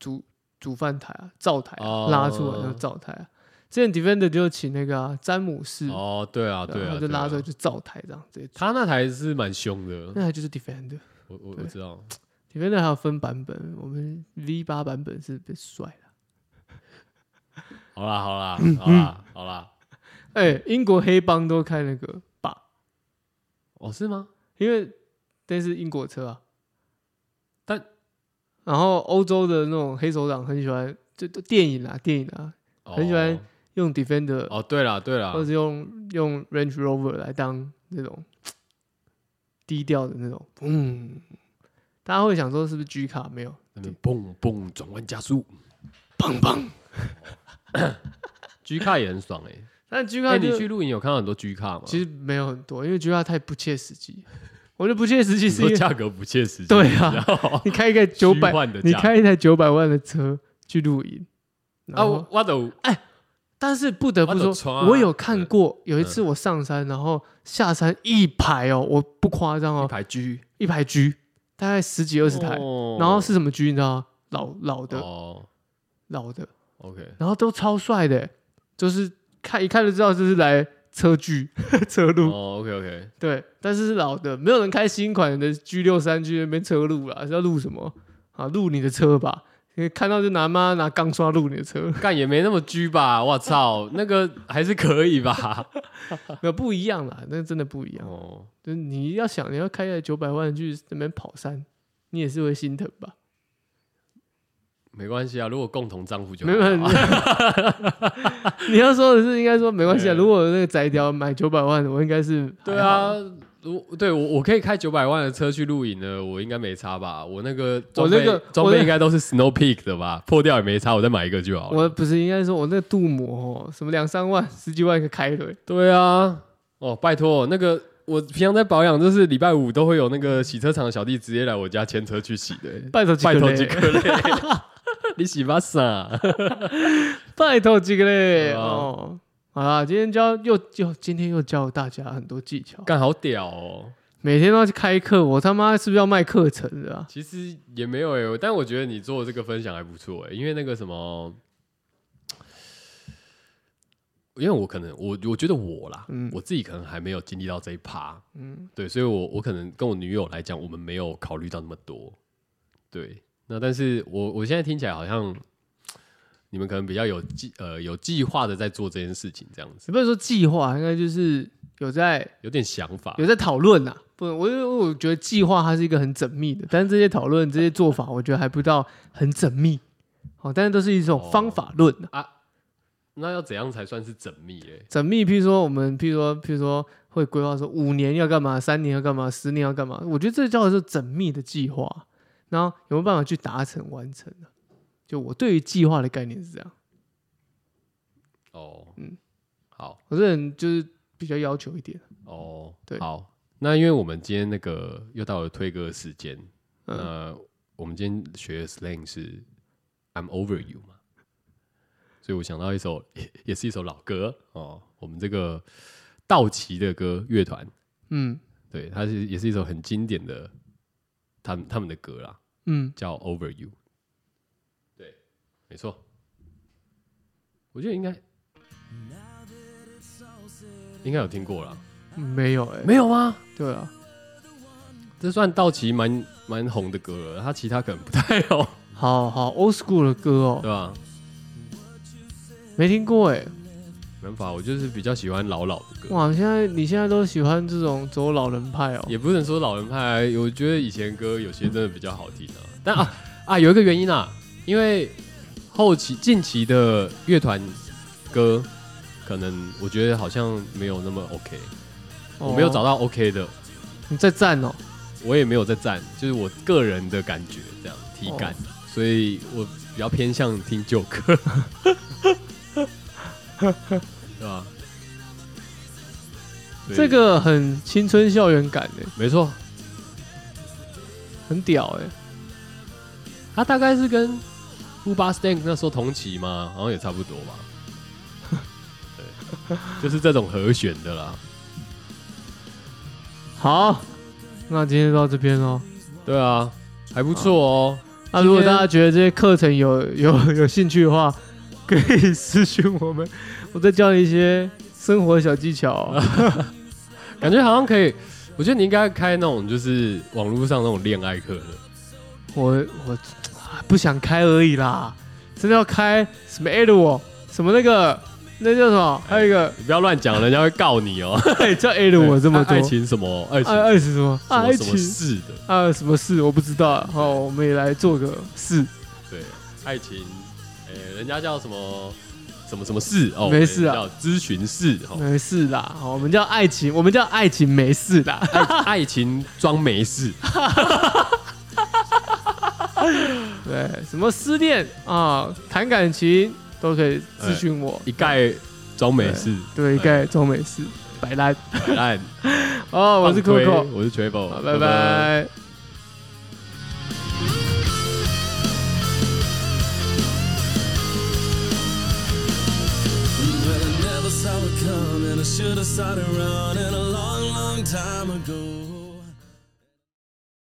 [SPEAKER 2] 煮煮饭台啊、灶台啊、
[SPEAKER 1] 哦
[SPEAKER 2] 拉出来那个灶台啊。之前 Defender 就请那个、啊、詹姆士，
[SPEAKER 1] 哦，对啊，对
[SPEAKER 2] 然
[SPEAKER 1] 啊，
[SPEAKER 2] 后就
[SPEAKER 1] 对啊嗯
[SPEAKER 2] 拉出来就灶台这样直接煮。
[SPEAKER 1] 他那台是蛮凶的，
[SPEAKER 2] 那台就是 Defender。
[SPEAKER 1] 我我我
[SPEAKER 2] 对
[SPEAKER 1] 知道。
[SPEAKER 2] Defender 还有分版本，我们 V 八版本是被帅了。
[SPEAKER 1] 好啦，好 啦，好啦，好啦。
[SPEAKER 2] 哎、英国黑帮都开那个吧，
[SPEAKER 1] 哦，是吗？
[SPEAKER 2] 因为那是英国车啊。
[SPEAKER 1] 但
[SPEAKER 2] 然后欧洲的那种黑手党很喜欢，就就电影啊，电影啊，
[SPEAKER 1] 哦
[SPEAKER 2] 很喜欢用 Defender、
[SPEAKER 1] 哦，对啦，对啦
[SPEAKER 2] 或，是用用 Range Rover 来当那种低调的那种，嗯，大家会想说是不是 G 卡没有？
[SPEAKER 1] 那边蹦蹦转弯加速
[SPEAKER 2] 棒棒，
[SPEAKER 1] ，G 卡也很爽哎。
[SPEAKER 2] 但 G
[SPEAKER 1] 哎，
[SPEAKER 2] 啊卡就、
[SPEAKER 1] 你去露营有看到很多 G 卡吗？
[SPEAKER 2] 其实没有很多，因为 G 卡太不切实际。我觉得不切实际
[SPEAKER 1] 你
[SPEAKER 2] 是
[SPEAKER 1] 说
[SPEAKER 2] 因为
[SPEAKER 1] 价格不切实际，
[SPEAKER 2] 对啊
[SPEAKER 1] 然后
[SPEAKER 2] 你开一个九百
[SPEAKER 1] 虚，幻的
[SPEAKER 2] 你
[SPEAKER 1] 价格
[SPEAKER 2] 开一台九百万的车去露营，
[SPEAKER 1] 啊，
[SPEAKER 2] 然后
[SPEAKER 1] 我我都
[SPEAKER 2] 但是不得不
[SPEAKER 1] 我
[SPEAKER 2] 说
[SPEAKER 1] 有，穿啊
[SPEAKER 2] 我有看过，有一次我上山，然后下山一排哦，我不夸张
[SPEAKER 1] 一
[SPEAKER 2] 哦，
[SPEAKER 1] 排 G
[SPEAKER 2] 一排 G，大概十几二十台，
[SPEAKER 1] 哦
[SPEAKER 2] 然后是什么 G 你知道吗？老老的
[SPEAKER 1] 哦
[SPEAKER 2] 老的，
[SPEAKER 1] ，OK，
[SPEAKER 2] 然后都超帅的，就是看一看就知道这是来车距 车路，
[SPEAKER 1] 哦，OK OK，
[SPEAKER 2] 对，但是是老的，没有人开新款的 G 六三去那边车路啦，是要录什么啊？录你的车吧，因为看到就拿妈拿钢刷录你的 车，
[SPEAKER 1] 干也没那么 G 吧，我操， 那个还是可以 吧？
[SPEAKER 2] 那不一样啦，那真的不一样。
[SPEAKER 1] 哦，
[SPEAKER 2] 就是你要想，你要开一台九百万去那边跑山，你也是会心疼吧？
[SPEAKER 1] 没关系啊，如果共同账户就
[SPEAKER 2] 没有，
[SPEAKER 1] 很
[SPEAKER 2] 你
[SPEAKER 1] 好啊
[SPEAKER 2] 你要说的是应该说没关系啊。
[SPEAKER 1] 对
[SPEAKER 2] 如果那个宅条买九百万，我应该是
[SPEAKER 1] 对啊，如对我我可以开九百万的车去露营了，我应该没差吧？我那个装备
[SPEAKER 2] 我那个
[SPEAKER 1] 装
[SPEAKER 2] 我
[SPEAKER 1] 备
[SPEAKER 2] 那个
[SPEAKER 1] 应该都是 Snow Peak 的吧？破掉也没差，我再买一个就好
[SPEAKER 2] 还
[SPEAKER 1] 了。
[SPEAKER 2] 好。我不是应该说我那个镀膜哦，什么两三万、 十几万一个开的，
[SPEAKER 1] 对啊，哦，拜托，那个我平常在保养，就是礼拜五都会有那个洗车场的小弟直接来我家牵车去洗的、
[SPEAKER 2] 拜托几
[SPEAKER 1] 拜
[SPEAKER 2] 个
[SPEAKER 1] 托几
[SPEAKER 2] 嘞，
[SPEAKER 1] 个嘞， 你洗吧傻。
[SPEAKER 2] 拜托几个嘞
[SPEAKER 1] 对啊
[SPEAKER 2] 哦。好啦，今天教又又今天又教大家很多技巧，
[SPEAKER 1] 干好屌哦！
[SPEAKER 2] 每天都要去开课，我他妈是不是要卖课程的啊？
[SPEAKER 1] 其实也没有哎、但我觉得你做的这个分享还不错哎、因为那个什么，因为我可能我我觉得我啦，
[SPEAKER 2] 嗯
[SPEAKER 1] 我自己可能还没有经历到这一趴，
[SPEAKER 2] 嗯，
[SPEAKER 1] 对，所以我我可能跟我女友来讲，我们没有考虑到那么多，对。那但是我我现在听起来好像你们可能比较有计呃有计划的在做这件事情，这样子
[SPEAKER 2] 也不是说计划，应该就是有在
[SPEAKER 1] 有点想法
[SPEAKER 2] 有在讨论呐。啊不，我因为我觉得计划它是一个很缜密的，但是这些讨论、这些做法， 我觉得还不到很缜密。好、但是都是一种方法论、啊
[SPEAKER 1] 啊。那要怎样才算是缜密欸嘞？
[SPEAKER 2] 缜密，譬如说我们，譬如说，譬如说会规划说五年要干嘛，三年要干嘛，十年要干嘛。我觉得这叫做缜密的计划，然后有没有办法去达成、完成啊就我对于计划的概念是这样，
[SPEAKER 1] 哦，嗯
[SPEAKER 2] 嗯，
[SPEAKER 1] 好。
[SPEAKER 2] 我这人就是比较要求一点。
[SPEAKER 1] 哦，
[SPEAKER 2] 对
[SPEAKER 1] 好，那因为我们今天那个又到了推歌的时间，
[SPEAKER 2] 嗯
[SPEAKER 1] 呃，我们今天学的 slang 是 I'm over you 嘛，所以我想到一首， 也也是一首老歌哦，我们这个道奇的歌乐团，
[SPEAKER 2] 嗯
[SPEAKER 1] 对，它是也是一首很经典的他们他们的歌啦，
[SPEAKER 2] 嗯，
[SPEAKER 1] 叫 Over You，对，没错，我觉得应该应该有听 过啦，
[SPEAKER 2] 没有哎、
[SPEAKER 1] 没有吗？
[SPEAKER 2] 对啊，
[SPEAKER 1] 这算道奇蛮蛮红的歌了，他其他可能不太红，
[SPEAKER 2] 好好 old school 的歌哦
[SPEAKER 1] 对，吧？
[SPEAKER 2] 没听过哎、
[SPEAKER 1] 没办法，我就是比较喜欢老老的歌，
[SPEAKER 2] 哇，现在你现在都喜欢这种走老人派哦？
[SPEAKER 1] 也不能说老人派，哎我觉得以前歌有些真的比较好听啊。但啊啊，有一个原因啊，因为后期近期的乐团歌，可能我觉得好像没有那么 OK，、我没有找
[SPEAKER 2] 到
[SPEAKER 1] 到 OK 的，
[SPEAKER 2] 哦你在站哦，
[SPEAKER 1] 我也没有在赞，就是我个人的感觉这样体感，
[SPEAKER 2] 哦
[SPEAKER 1] 所以我比较偏向听旧歌，对吧？所以
[SPEAKER 2] 这个很青春校园感哎，
[SPEAKER 1] 没错，
[SPEAKER 2] 很屌哎。
[SPEAKER 1] 它啊大概是跟 u b a Stank 那时候同期嘛，好像也差不多吧。对，就是这种和弦的啦。
[SPEAKER 2] 好，那今天就到这边喽。
[SPEAKER 1] 对啊，还不错哦。
[SPEAKER 2] 那
[SPEAKER 1] 今天
[SPEAKER 2] 如果大家觉得这些课程有有有兴趣的话，可以私讯我们，我再教你一些生活小技巧哦、
[SPEAKER 1] 啊感觉好像可以，我觉得你应该开那种就是网络上那种恋爱课的。
[SPEAKER 2] 我我不想开而已啦，真的要开什么 a d w 什么那个那叫什么？还有 一个哎
[SPEAKER 1] 你不要乱讲，人家会告你哦。
[SPEAKER 2] 叫 a d w 这么
[SPEAKER 1] 爱
[SPEAKER 2] 多
[SPEAKER 1] 爱。情什么爱情
[SPEAKER 2] 爱爱情什么？
[SPEAKER 1] 什
[SPEAKER 2] 爱
[SPEAKER 1] 么什么
[SPEAKER 2] 情
[SPEAKER 1] 事的，
[SPEAKER 2] 啊，什么事我不知道。好，我们也来做个事，
[SPEAKER 1] 对，爱情，呃、人家叫什么什么什么事哦，
[SPEAKER 2] 没事啊
[SPEAKER 1] 我们叫咨询室 哦，
[SPEAKER 2] 没事啦。好，我们叫爱情，我们叫爱情没事啦。
[SPEAKER 1] 爱情装没事，
[SPEAKER 2] 对，什么失恋啊，谈感情都可以咨询我。
[SPEAKER 1] 一概装没事，
[SPEAKER 2] 对，一概装没事，摆烂。
[SPEAKER 1] 摆烂。
[SPEAKER 2] 哦， 我是
[SPEAKER 1] 放推
[SPEAKER 2] Coco，
[SPEAKER 1] 我是 Travel，
[SPEAKER 2] 好，拜拜。
[SPEAKER 3] But I never saw it coming. I should have started running a long, long time ago.